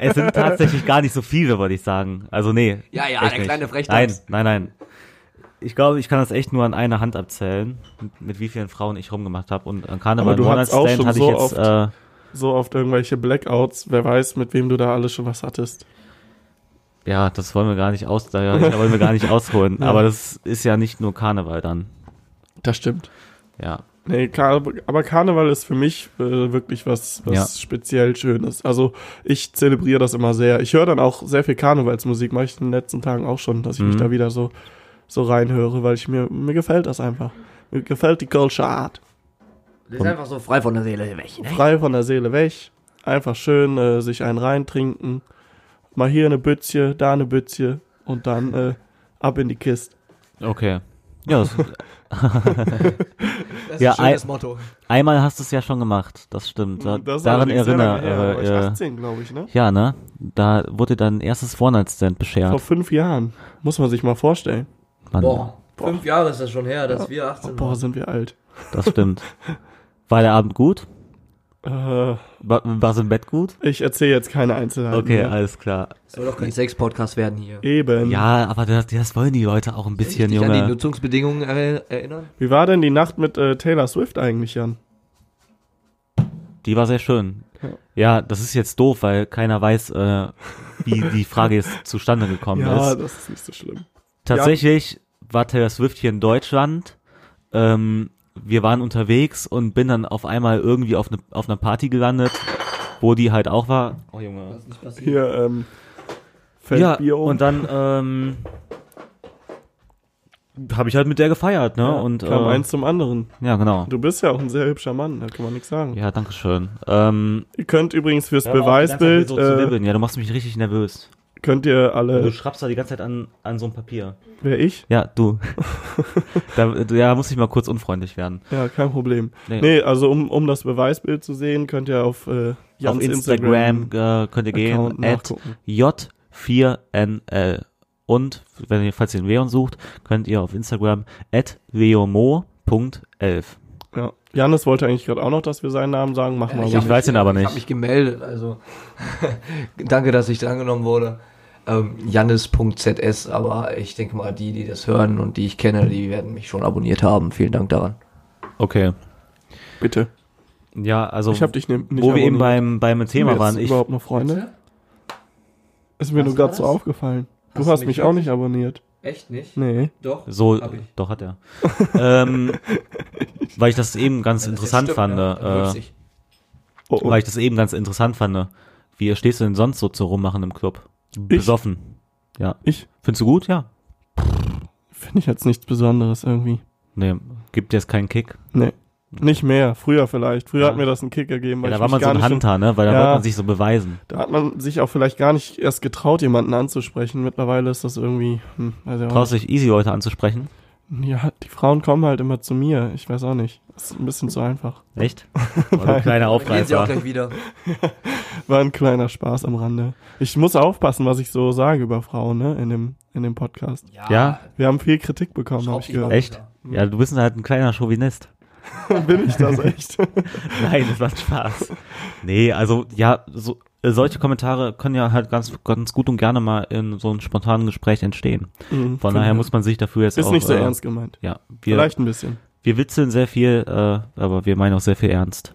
D: es sind tatsächlich gar nicht so viele, wollte ich sagen. Also nee.
F: Ja, ja,
D: echt
F: der kleine
D: Nein,
F: Frechdachs.
D: nein, nein. Ich glaube, ich kann das echt nur an einer Hand abzählen, mit, mit wie vielen Frauen ich rumgemacht habe. Und an Karneval
E: Aber du hattest auch schon
D: hatte ich
E: so
D: jetzt,
E: oft-
D: äh,
E: So oft irgendwelche Blackouts. Wer weiß, mit wem du da alles schon was hattest.
D: äh, ja, das wollen wir gar nicht aus, da, da wollen wir gar nicht ausholen. Aber das ist ja nicht nur Karneval dann.
E: Das stimmt.
D: Ja.
E: Nee, Kar aber Karneval ist für mich äh, wirklich was, was
D: Ja.
E: speziell Schönes. Also ich zelebriere das immer sehr. Ich höre dann auch sehr viel Karnevalsmusik, mache ich in den letzten Tagen auch schon, dass ich
D: Mhm.
E: mich da wieder so, so reinhöre, weil ich mir, mir gefällt das einfach. Mir gefällt die Culture Art.
F: Das ist einfach so frei von der Seele weg. Ne?
E: Frei von der Seele weg. Einfach schön äh, sich einen reintrinken. Mal hier eine Bützje, da eine Bützje und dann äh, ab in die Kiste.
D: Okay. Ja, das,
F: Das ist
D: Ja,
F: ein schönes
D: ein-
F: Motto.
D: Einmal hast du es ja schon gemacht, das stimmt. Da,
E: Hm, Das ist
D: daran
E: allerdings sehr lange
D: erinnere
E: her, da war ich.
D: äh,
E: 18, glaube ich, ne?
D: Ja, ne? Da wurde dein erstes One-Night-Stand
E: Vor
D: beschert.
E: fünf Jahren. Muss man sich mal vorstellen.
D: Mann,
F: Boah, fünf Jahre ist das schon her, dass wir
E: Oh,
F: 18
E: boah,
F: waren.
E: sind wir alt.
D: das stimmt. War der Abend gut?
E: Äh,
D: War- War's im Bett gut?
E: ich erzähle jetzt keine Einzelheiten.
D: Okay,
E: mehr.
D: alles klar.
F: Soll doch kein Sex-Podcast werden hier.
E: Eben.
D: Ja, aber das, das wollen die Leute auch ein bisschen,
F: dich an die
D: Junge.
F: Nutzungsbedingungen er erinnern?
E: Wie war denn die Nacht mit äh, Taylor Swift eigentlich, Jan?
D: Die war sehr schön. Ja, das ist jetzt doof, weil keiner weiß, äh, wie die Frage jetzt zustande gekommen ist.
E: das ist nicht so schlimm.
D: Tatsächlich war Taylor Swift hier in Deutschland. Ähm, wir waren unterwegs und bin dann auf einmal irgendwie auf, ne, auf einer Party gelandet, wo die halt auch war. Oh Junge.
E: Hier, ähm, fällt
D: Ja,
E: Bier um.
D: und dann ähm, habe ich halt mit der gefeiert, ne?
E: Ja,
D: und
E: kam
D: äh,
E: eins zum anderen.
D: ja, genau.
E: Du bist ja auch ein sehr hübscher Mann, da kann man nichts sagen.
D: Ja, danke schön. Ähm,
E: Ihr könnt übrigens fürs
D: hör mal auf, die ganze Zeit hier
E: Beweisbild,
D: So zu
E: äh,
D: wibbeln. ja, du machst mich richtig nervös.
E: könnt ihr
D: Du
E: alle,
D: schraubst da die ganze Zeit an, an so ein Papier.
E: wer ich?
D: Ja, du. da, da muss ich mal kurz unfreundlich werden.
E: Ja, kein Problem.
D: Nee.
E: Nee, also um, um das Beweisbild zu sehen, könnt ihr auf äh, Jans
D: auf Instagram, äh, könnt ihr
E: Account
D: gehen at
E: nachgucken.
D: j4nl und wenn ihr falls ihr den Leon sucht, könnt ihr auf Instagram at leomo.11.
E: Ja. Janis wollte eigentlich gerade auch noch, dass wir seinen Namen sagen, machen wir
D: ich
E: aber
D: hab- weiß ihn aber
F: Äh, Ich
D: nicht.
F: habe mich gemeldet, also danke, dass ich drangenommen wurde. Ähm, Jannis.zs, aber ich denke mal, die, die das hören und die ich kenne, die werden mich schon abonniert haben. Vielen Dank daran.
D: Okay.
E: nicht. Bitte.
D: Ja, also
E: Ich hab dich ne- nicht
D: wo wir eben
E: abonniert.
D: beim beim Thema
E: Jetzt
D: waren, ich
F: Ne?
E: überhaupt noch Freunde? Ist mir nur gerade so aufgefallen. Du hast mich auch nicht abonniert.
F: Echt nicht?
E: Nee.
F: Doch.
D: So,
F: Hab ich.
D: doch hat er. ähm, weil ich das eben ganz
F: Wenn das
D: interessant
F: jetzt stimmt,
D: fand.
F: ne, dann
D: Äh,
F: wird's nicht.
E: Oh, oh.
D: weil ich das eben ganz interessant fand. Wie stehst du denn sonst so zu rummachen im Club? Besoffen. Ja.
E: Ich?
D: Findest du gut? Ja.
E: Finde ich jetzt nichts Besonderes irgendwie.
D: Nee, gibt jetzt keinen Kick.
E: Nee. Nicht mehr. Früher vielleicht. Früher
D: Ja.
E: hat mir das einen Kick gegeben.
D: Ja,
E: Weil
D: da
E: ich
D: war
E: mich
D: man so
E: gar
D: ein
E: nicht
D: Hunter, ne? Weil da
E: Ja.
D: wollte man sich so beweisen.
E: Da hat man sich auch vielleicht gar nicht erst getraut, jemanden anzusprechen. Mittlerweile ist das irgendwie. Hm, weiß ich auch
D: Traust du dich easy Leute anzusprechen?
E: nicht. Ja, die Frauen kommen halt immer zu mir. Ich weiß auch nicht. Das ist ein bisschen zu einfach.
D: Echt? Boah, du kleiner
F: Dann gehen sie auch
D: Aufreißer.
F: gleich wieder.
E: War ein kleiner Spaß am Rande. Ich muss aufpassen, was ich so sage über Frauen, ne? In dem, in dem Podcast.
D: Ja?
E: Wir haben viel Kritik bekommen,
F: Schraub
E: habe ich
F: dich mal
E: gehört.
D: Echt? Ja, du bist halt ein kleiner Chauvinist.
E: Bin ich das echt?
D: Nein, das macht Spaß. Nee, also ja, so, äh, solche Kommentare können ja halt ganz, ganz gut und gerne mal in so einem spontanen Gespräch entstehen.
E: Mhm.
D: Von daher muss man sich dafür jetzt
E: Ist
D: auch...
E: nicht so
D: äh,
E: ernst gemeint.
D: Ja, wir,
E: Vielleicht ein bisschen.
D: wir witzeln sehr viel, äh, aber wir meinen auch sehr viel ernst.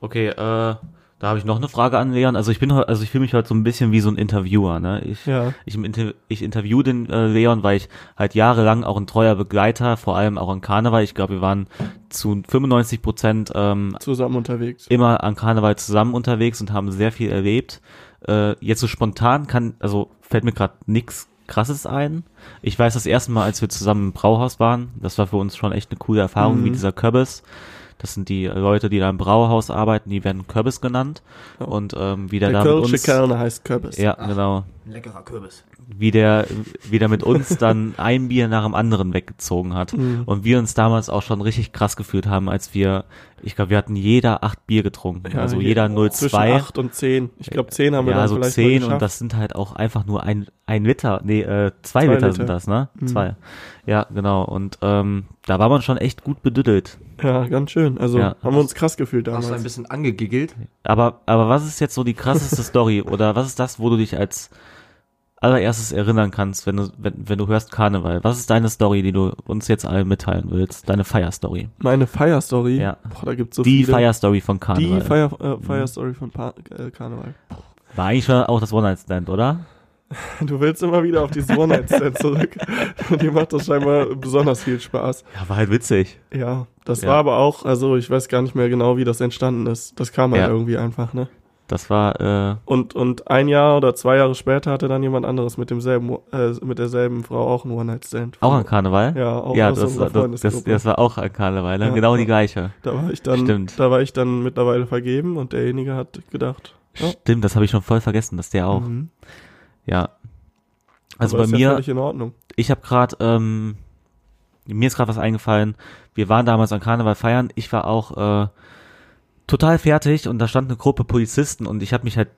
D: Okay, äh, da habe ich noch eine Frage an Leon. Also ich bin, heu- also ich fühle mich heute so ein bisschen wie so ein Interviewer. Ne? Ich,
E: Ja.
D: ich, im Inter- ich interview den äh, Leon, weil ich halt jahrelang auch ein treuer Begleiter, vor allem auch an Karneval. Ich glaube, wir waren zu 95 Prozent ähm,
E: Zusammen unterwegs.
D: immer an Karneval zusammen unterwegs und haben sehr viel erlebt. Äh, jetzt so spontan kann, also fällt mir gerade nix Krasses ein. Ich weiß das erste Mal, als wir zusammen im Brauhaus waren, das war für uns schon echt eine coole Erfahrung,
E: Mhm.
D: wie dieser Kürbis. Das sind die Leute, die da im Brauhaus arbeiten, die werden Kürbis genannt. Und ähm, wie der,
E: Der
D: da mit
E: Kölsche
D: uns,
E: Kellner heißt Kürbis.
D: ja, genau,
F: Ein leckerer Kürbis.
D: wie der, wie der mit uns dann ein Bier nach dem anderen weggezogen hat.
E: Mhm.
D: Und wir uns damals auch schon richtig krass gefühlt haben, als wir, ich glaube, wir hatten jeder acht Bier getrunken.
E: Ja,
D: also
E: je- oh,
D: jeder
E: Zwischen
D: 02.
E: 8 und 10. Ich glaube, 10 haben wir
D: ja,
E: dann
D: so
E: vielleicht mal
D: zehn und
E: geschafft.
D: das sind halt auch einfach nur ein, ein Liter, nee, äh, zwei, Liter,
E: Liter. Mhm.
D: sind das, ne? Zwei. Ja, genau. Und ähm, da war man schon echt gut bedüttelt.
E: Ja, ganz schön. Also
D: Ja.
E: haben wir uns krass gefühlt
F: Hast du ein
E: damals.
F: bisschen angegiggelt?
D: Aber, aber was ist jetzt so die krasseste Story oder was ist das, wo du dich als allererstes erinnern kannst, wenn du, wenn, wenn du hörst Karneval? Was ist deine Story, die du uns jetzt allen mitteilen willst? Deine Feierstory.
E: Meine Feierstory.
D: Ja.
E: Boah, da gibt's so
D: Die
E: viele.
D: Feierstory Mhm. von Karneval.
E: Die Fire, äh, Feierstory von pa äh, Karneval.
D: War eigentlich schon auch das One-Night-Stand, oder?
E: Du willst immer wieder auf diese One-Night-Stand zurück. Dir macht das scheinbar besonders viel Spaß.
D: Ja, war halt witzig.
E: Ja, das
D: Ja.
E: war aber auch, also ich weiß gar nicht mehr genau, wie das entstanden ist. Das kam halt
D: Ja.
E: irgendwie einfach, ne?
D: Das war, äh,
E: Und, und ein Jahr oder zwei Jahre später hatte dann jemand anderes mit demselben, äh, mit derselben Frau auch einen One-Night-Stand.
D: auch an Karneval.
E: Ja, auch
D: ja
E: aus
D: das,
E: unserer
D: war- das, das,
E: Freundesgruppe.
D: das war auch an Karneval, ne?
E: Ja.
D: genau die gleiche.
E: Da war ich dann,
D: Stimmt.
E: da war ich dann mittlerweile vergeben und derjenige hat gedacht. Ja,
D: Stimmt, das habe ich schon voll vergessen, dass der auch.
E: mhm.
D: Ja. Also
E: Aber
D: bei
E: ist ja
D: mir,
E: völlig in Ordnung.
D: ich habe gerade, ähm, mir ist gerade was eingefallen. Wir waren damals an Karneval feiern. Ich war auch äh, total fertig und da stand eine Gruppe Polizisten und ich habe mich halt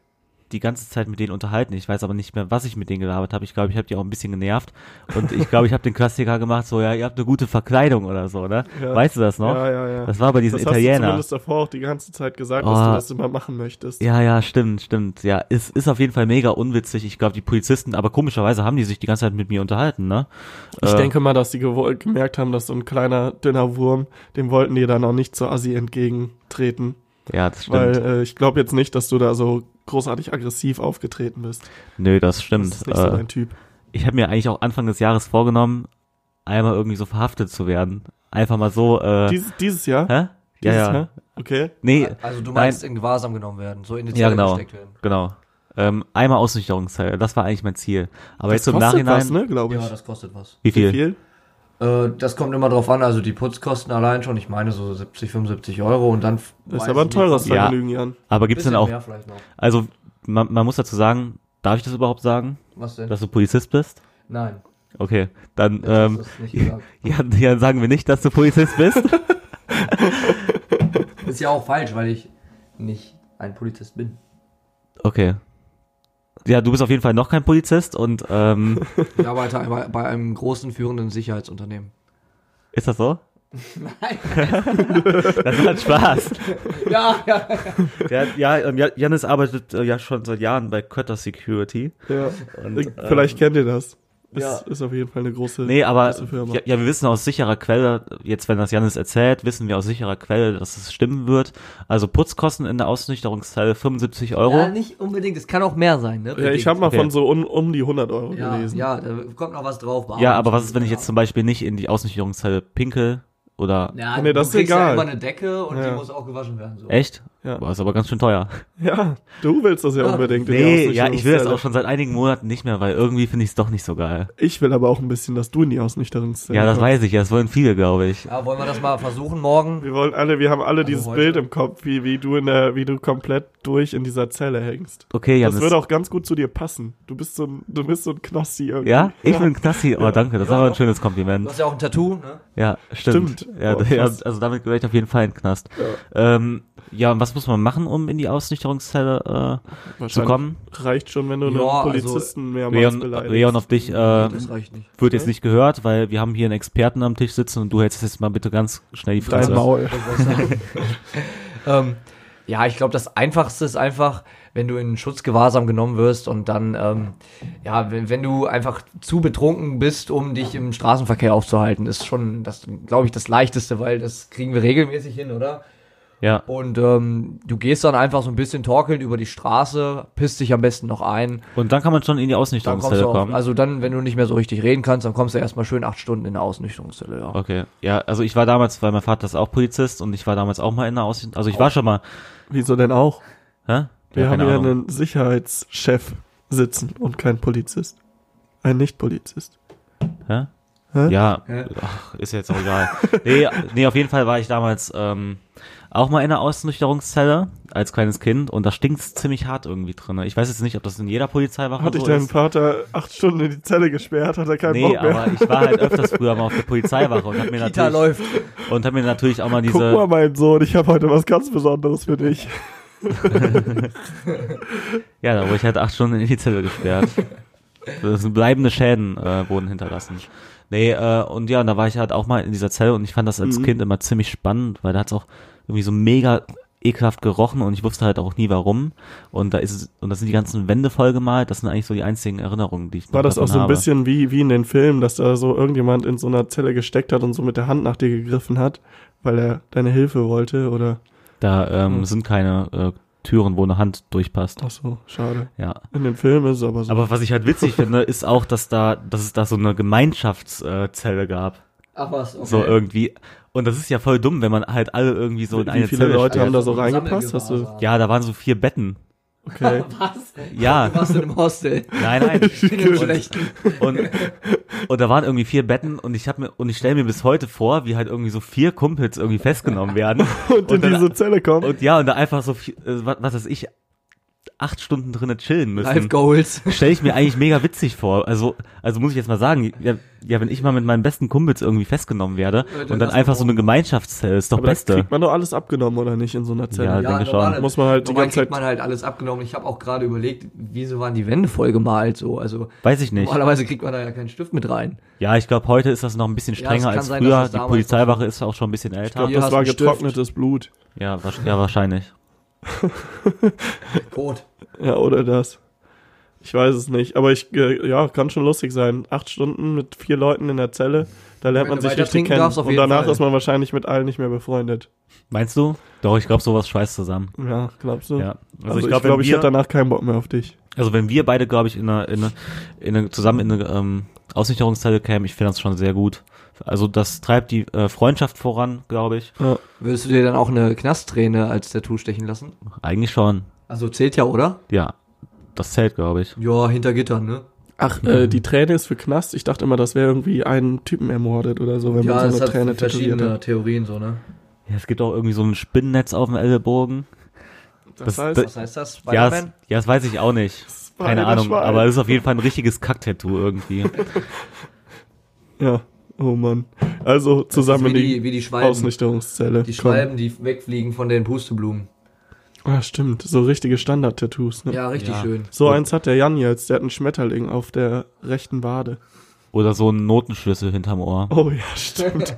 D: die ganze Zeit mit denen unterhalten. Ich weiß aber nicht mehr, was ich mit denen gelabert habe. Ich glaube, ich habe die auch ein bisschen genervt und ich glaube, ich habe den Klassiker gemacht, so ja, ihr habt eine gute Verkleidung oder so, ne?
E: Ja.
D: Weißt du das noch?
E: Ja, ja, ja.
D: Das war bei diesen
E: hast du
D: Italienern.
E: zumindest davor auch die ganze Zeit gesagt,
D: Oh.
E: dass du das immer machen möchtest.
D: Ja, ja, stimmt, stimmt. Ja, es ist auf jeden Fall mega unwitzig. Ich glaube, die Polizisten, aber komischerweise haben die sich die ganze Zeit mit mir unterhalten, ne?
E: Ich
D: Äh,
E: denke mal, dass die gewo- gemerkt haben, dass so ein kleiner, dünner Wurm, dem wollten die dann auch nicht zur Assi entgegentreten.
D: Ja, das stimmt.
E: Weil äh, ich glaube jetzt nicht, dass du da so großartig aggressiv aufgetreten bist.
D: Nö, das stimmt.
E: Das ist nicht
D: äh,
E: so dein Typ.
D: ich habe mir eigentlich auch Anfang des Jahres vorgenommen, einmal irgendwie so verhaftet zu werden. Einfach mal so, äh,
E: Dies, dieses Jahr?
D: hä? Ja,
E: Dieses Ah.
D: ja.
E: Jahr? Okay.
D: Nee,
F: Also du
D: Nein.
F: meinst in Gewahrsam genommen werden, so in die
D: ja,
F: Zelle
D: genau.
F: gesteckt werden.
D: Genau. Ähm, einmal Ausnüchterungszeit, das war eigentlich mein Ziel. Aber
E: Das
D: jetzt im
E: kostet
D: Nachhinein,
E: was, ne, glaube ich.
F: Ja, das kostet was.
D: wie viel?
E: Wie viel?
F: Äh, das kommt immer drauf an, also die Putzkosten allein schon, ich meine so 70, 75 Euro und dann.
E: Das ist aber ein teures
D: Ja.
E: Vergnügen, Jan.
D: Aber gibt's
F: Gibt's
D: denn auch,
F: Mehr vielleicht noch.
D: also man, man muss dazu sagen, darf ich das überhaupt sagen,
F: Was denn?
D: dass du Polizist bist?
F: Nein.
D: Okay, dann,
F: jetzt hast
D: ähm,
F: du's nicht gesagt.
D: ja, ja, sagen wir nicht, dass du Polizist bist.
F: Ist ja auch falsch, weil ich nicht ein Polizist bin.
D: Okay. Ja, du bist auf jeden Fall noch kein Polizist und, ähm,
F: Ich arbeite bei- bei einem großen führenden Sicherheitsunternehmen.
D: ist das so?
F: Nein.
D: Das hat Spaß.
F: Ja, ja.
D: Ja, ja ähm, Ja- Janis arbeitet äh, ja schon seit Jahren bei Kötter Security.
E: Ja.
D: Und,
F: ähm,
E: Vielleicht kennt ihr das. Ist, ist auf jeden Fall eine große,
D: Nee, aber
E: große Firma.
D: ja, ja, wir wissen aus sicherer Quelle, jetzt wenn das Janis erzählt, wissen wir aus sicherer Quelle, dass es stimmen wird. Also Putzkosten in der Ausnüchterungszelle 75 Euro.
F: Ja, nicht unbedingt. Es kann auch mehr sein, ne?
E: Ja, ich habe mal
D: okay.
E: von so un, um die 100 Euro
F: ja,
E: gelesen.
F: ja, da kommt noch was drauf. bei
D: Ja,
F: Abend-
D: aber was ist, wenn ich jetzt zum Beispiel nicht in die Ausnüchterungszelle pinkel oder
F: genau. Ja,
E: Nee, das
F: du
E: ist
F: kriegst
E: egal.
F: ja immer eine Decke und
E: Ja.
F: die muss auch gewaschen werden. So.
D: echt?
E: Ja.
D: Boah, ist aber ganz schön teuer.
E: Ja, du willst das ja unbedingt. in die
D: Nee, ja, ich will das
E: Ausnüchterungszelle.
D: auch schon seit einigen Monaten nicht mehr, weil irgendwie finde ich es doch nicht so geil.
E: Ich will aber auch ein bisschen, dass du in die Ausnüchterungszelle
D: Ja, das
E: kommst.
D: weiß ich, ja, das wollen viele, glaube ich.
F: Ja, wollen wir das mal versuchen morgen?
E: Wir wollen alle, wir haben alle dieses
F: Also heute.
E: Bild im Kopf, wie, wie du in der, wie du komplett durch in dieser Zelle hängst.
D: Okay,
E: Das
D: Janis.
E: würde auch ganz gut zu dir passen. Du bist so ein, du bist so ein Knossi irgendwie.
D: Ja, ich bin Knasti. Oh, danke, das war ein schönes
F: Du
D: Kompliment.
F: hast ja auch ein Tattoo, ne?
D: Ja, stimmt.
E: Stimmt.
D: Ja,
E: Boah,
D: ja,
E: krass.
D: also damit gehöre ich auf jeden Fall in den Knast. Ja. Ähm, ja, und was muss man machen, um in die Ausnüchterungszelle äh, zu
E: Wahrscheinlich
D: kommen?
E: Reicht schon, wenn du einen
F: Ja, also,
E: Polizisten mehrmals
D: Leon,
E: beleidigst.
D: Leon auf dich äh,
F: Das reicht nicht.
D: wird jetzt nicht gehört, weil wir haben hier einen Experten am Tisch sitzen und du hältst jetzt mal bitte ganz schnell die
E: Dein
D: Fresse.
E: Maul.
F: ähm, ja, ich glaube, das Einfachste ist einfach, wenn du in Schutzgewahrsam genommen wirst und dann, ähm, ja, wenn, wenn du einfach zu betrunken bist, um dich im Straßenverkehr aufzuhalten, ist schon, das glaube ich, das Leichteste, weil das kriegen wir regelmäßig hin, oder?
D: Ja.
F: Und ähm, du gehst dann einfach so ein bisschen torkelnd über die Straße, pisst dich am besten noch ein.
D: Und dann kann man schon in die
F: Dann kommst
D: Ausnüchterungszelle
F: du auch,
D: kommen.
F: also dann, wenn du nicht mehr so richtig reden kannst, dann kommst du erstmal schön acht Stunden in der Ausnüchterungszelle. Ja.
D: okay. Ja, also ich war damals, weil mein Vater ist auch Polizist und ich war damals auch mal in der Ausnüchterungszelle. Also ich war schon mal.
E: Wieso denn auch?
D: Hä?
E: Wir
D: Ja,
E: haben
D: keine
E: ja
D: Ahnung.
E: einen Sicherheitschef sitzen und keinen Polizist. Ein Nicht-Polizist.
D: Hä?
E: Hä?
D: Ja, ach, ist jetzt auch egal. nee, nee, auf jeden Fall war ich damals ähm, auch mal in einer Ausnüchterungszelle als kleines Kind und da stinkt's ziemlich hart irgendwie drin. Ich weiß jetzt nicht, ob das in jeder Polizeiwache
E: Hat
D: so
E: dich dein
D: ist.
E: Vater acht Stunden in die Zelle gesperrt, hat er keinen
D: Nee,
E: Bock mehr.
D: aber ich war halt öfters früher mal auf der Polizeiwache und hab mir
F: Kita
D: natürlich
F: läuft.
D: und hab mir natürlich auch mal diese
E: Guck mal, mein Sohn, ich habe heute was ganz Besonderes für dich.
D: Ja, da wurde ich halt acht Stunden in die Zelle gesperrt. Das sind bleibende Schäden äh, wurden hinterlassen. Nee, äh, und ja, und da war ich halt auch mal in dieser Zelle und ich fand das als
E: Mhm.
D: Kind immer ziemlich spannend, weil da hat's auch irgendwie so mega ekelhaft gerochen und ich wusste halt auch nie warum. Und da ist es, und da sind die ganzen Wände vollgemalt, das sind eigentlich so die einzigen Erinnerungen, die ich noch
E: War das auch
D: davon
E: so ein
D: habe.
E: bisschen wie, wie in den Filmen, dass da so irgendjemand in so einer Zelle gesteckt hat und so mit der Hand nach dir gegriffen hat, weil er deine Hilfe wollte oder.
D: Da
E: Mhm.
D: ähm, sind keine äh, Türen, wo eine Hand durchpasst.
E: Ach so, schade.
D: Ja.
E: In den Filmen ist es aber so.
D: Aber was ich halt witzig finde, ist auch, dass da, dass es da so eine Gemeinschaftszelle äh, Zelle gab.
F: Ach was, okay.
D: So
E: äh,
D: irgendwie. Und das ist ja voll dumm, wenn man halt alle irgendwie so in
E: wie
D: eine
E: viele
D: Zelle
E: Leute
D: sperrt.
E: haben da so reingepasst? Hast du,
D: Ja, da waren so vier Betten.
E: okay.
F: Was?
D: Ja,
F: Du warst in einem Hostel.
D: nein, nein.
F: In einem schlechten.
D: Und, und da waren irgendwie vier Betten und ich hab mir und ich stelle mir bis heute vor, wie halt irgendwie so vier Kumpels irgendwie festgenommen werden.
E: Und in
D: dann-
E: diese Zelle kommt.
D: Und ja, und da einfach so viel, äh, was, was weiß ich, acht Stunden drinnen chillen
F: Live
D: müssen.
F: Goals.
D: Stelle ich mir eigentlich mega witzig vor. Also, also muss ich jetzt mal sagen, ja, ja, wenn ich mal mit meinen besten Kumpels irgendwie festgenommen werde
F: dann
D: und dann
F: lass
D: einfach
F: doch
D: so eine Gemeinschaftszelle, ist doch
E: aber das
D: Beste.
E: kriegt man doch alles abgenommen, oder nicht, in so einer
D: Ja,
E: Zelle?
D: denke schon.
E: Muss man halt die
F: normal
E: ganze
F: kriegt
E: Zeit-
F: man halt alles abgenommen. Ich habe auch gerade überlegt, wieso waren die Wände voll gemalt so? Also
D: Weiß ich nicht.
F: normalerweise kriegt man da ja keinen Stift mit rein.
D: Ja, ich glaube, heute ist das noch ein bisschen
F: Ja,
D: strenger
F: es kann
D: als
F: sein, dass
D: früher.
F: es
D: Die
F: damals
D: Polizeiwache ist auch schon ein bisschen
E: Ich
D: älter.
E: glaub,
F: Hier
E: das
F: hast
E: war
F: du einen Stift.
E: getrocknetes Blut.
D: Ja, wahrsch- ja, wahrscheinlich.
F: Kot.
E: Ja, oder das. Ich weiß es nicht, aber ich, äh, ja, kann schon lustig sein. Acht Stunden mit vier Leuten in der Zelle, da lernt man
F: Wenn du
E: sich
F: weiter
E: richtig
F: trinken
E: kennen.
F: darfst, auf
E: Und
F: jeden
E: danach
F: Fall.
E: ist man wahrscheinlich mit allen nicht mehr befreundet.
D: Meinst du? Doch, ich glaube, sowas schweißt zusammen.
E: Ja, glaubst
F: Hm.
E: du?
D: Ja.
E: Also,
D: glaub,
E: ich glaube, ich, glaub, ich
D: wenn
E: hätte
D: wir,
E: danach keinen Bock mehr auf dich.
D: also wenn wir beide, glaube ich, in eine, in eine, in eine, zusammen in eine ähm, Ausnüchterungszelle kämen, ich finde das schon sehr gut. Also das treibt die äh, Freundschaft voran, glaube ich.
F: Würdest du dir dann auch eine Knastträne als Tattoo stechen lassen?
D: Eigentlich schon.
F: Also zählt ja, oder?
D: Ja, das zählt, glaube ich.
F: Ja, hinter Gittern, ne?
E: Ach, äh, die Träne ist für Knast. Ich dachte immer, das wäre irgendwie einen Typen ermordet oder so, wenn
F: Ja,
E: man
F: das
E: so eine
F: hat
E: Träne tätowiert
F: verschiedene
E: hat.
F: Theorien so, ne?
D: Ja, es gibt auch irgendwie so ein Spinnennetz auf dem Ellbogen.
E: Das,
D: das-
E: heißt,
D: das-
F: Was heißt das?
D: Ja, das, ja, das weiß ich auch nicht. Keine Ahnung,
E: Schwein.
D: aber es ist auf jeden Fall ein richtiges Kacktattoo irgendwie.
E: ja. Oh Mann. Also zusammen in
F: wie
E: die,
F: die, wie die Schwalben.
E: Ausnichterungszelle.
F: Die
E: kommen.
F: Schwalben, die wegfliegen von den Pusteblumen.
E: Ah, stimmt. So richtige Standard-Tattoos. Ne?
F: Ja, richtig
D: Ja.
F: schön.
E: So eins hat der Jan jetzt. Der hat einen Schmetterling auf der rechten Wade.
D: Oder so ein Notenschlüssel hinterm Ohr.
E: Oh ja, stimmt.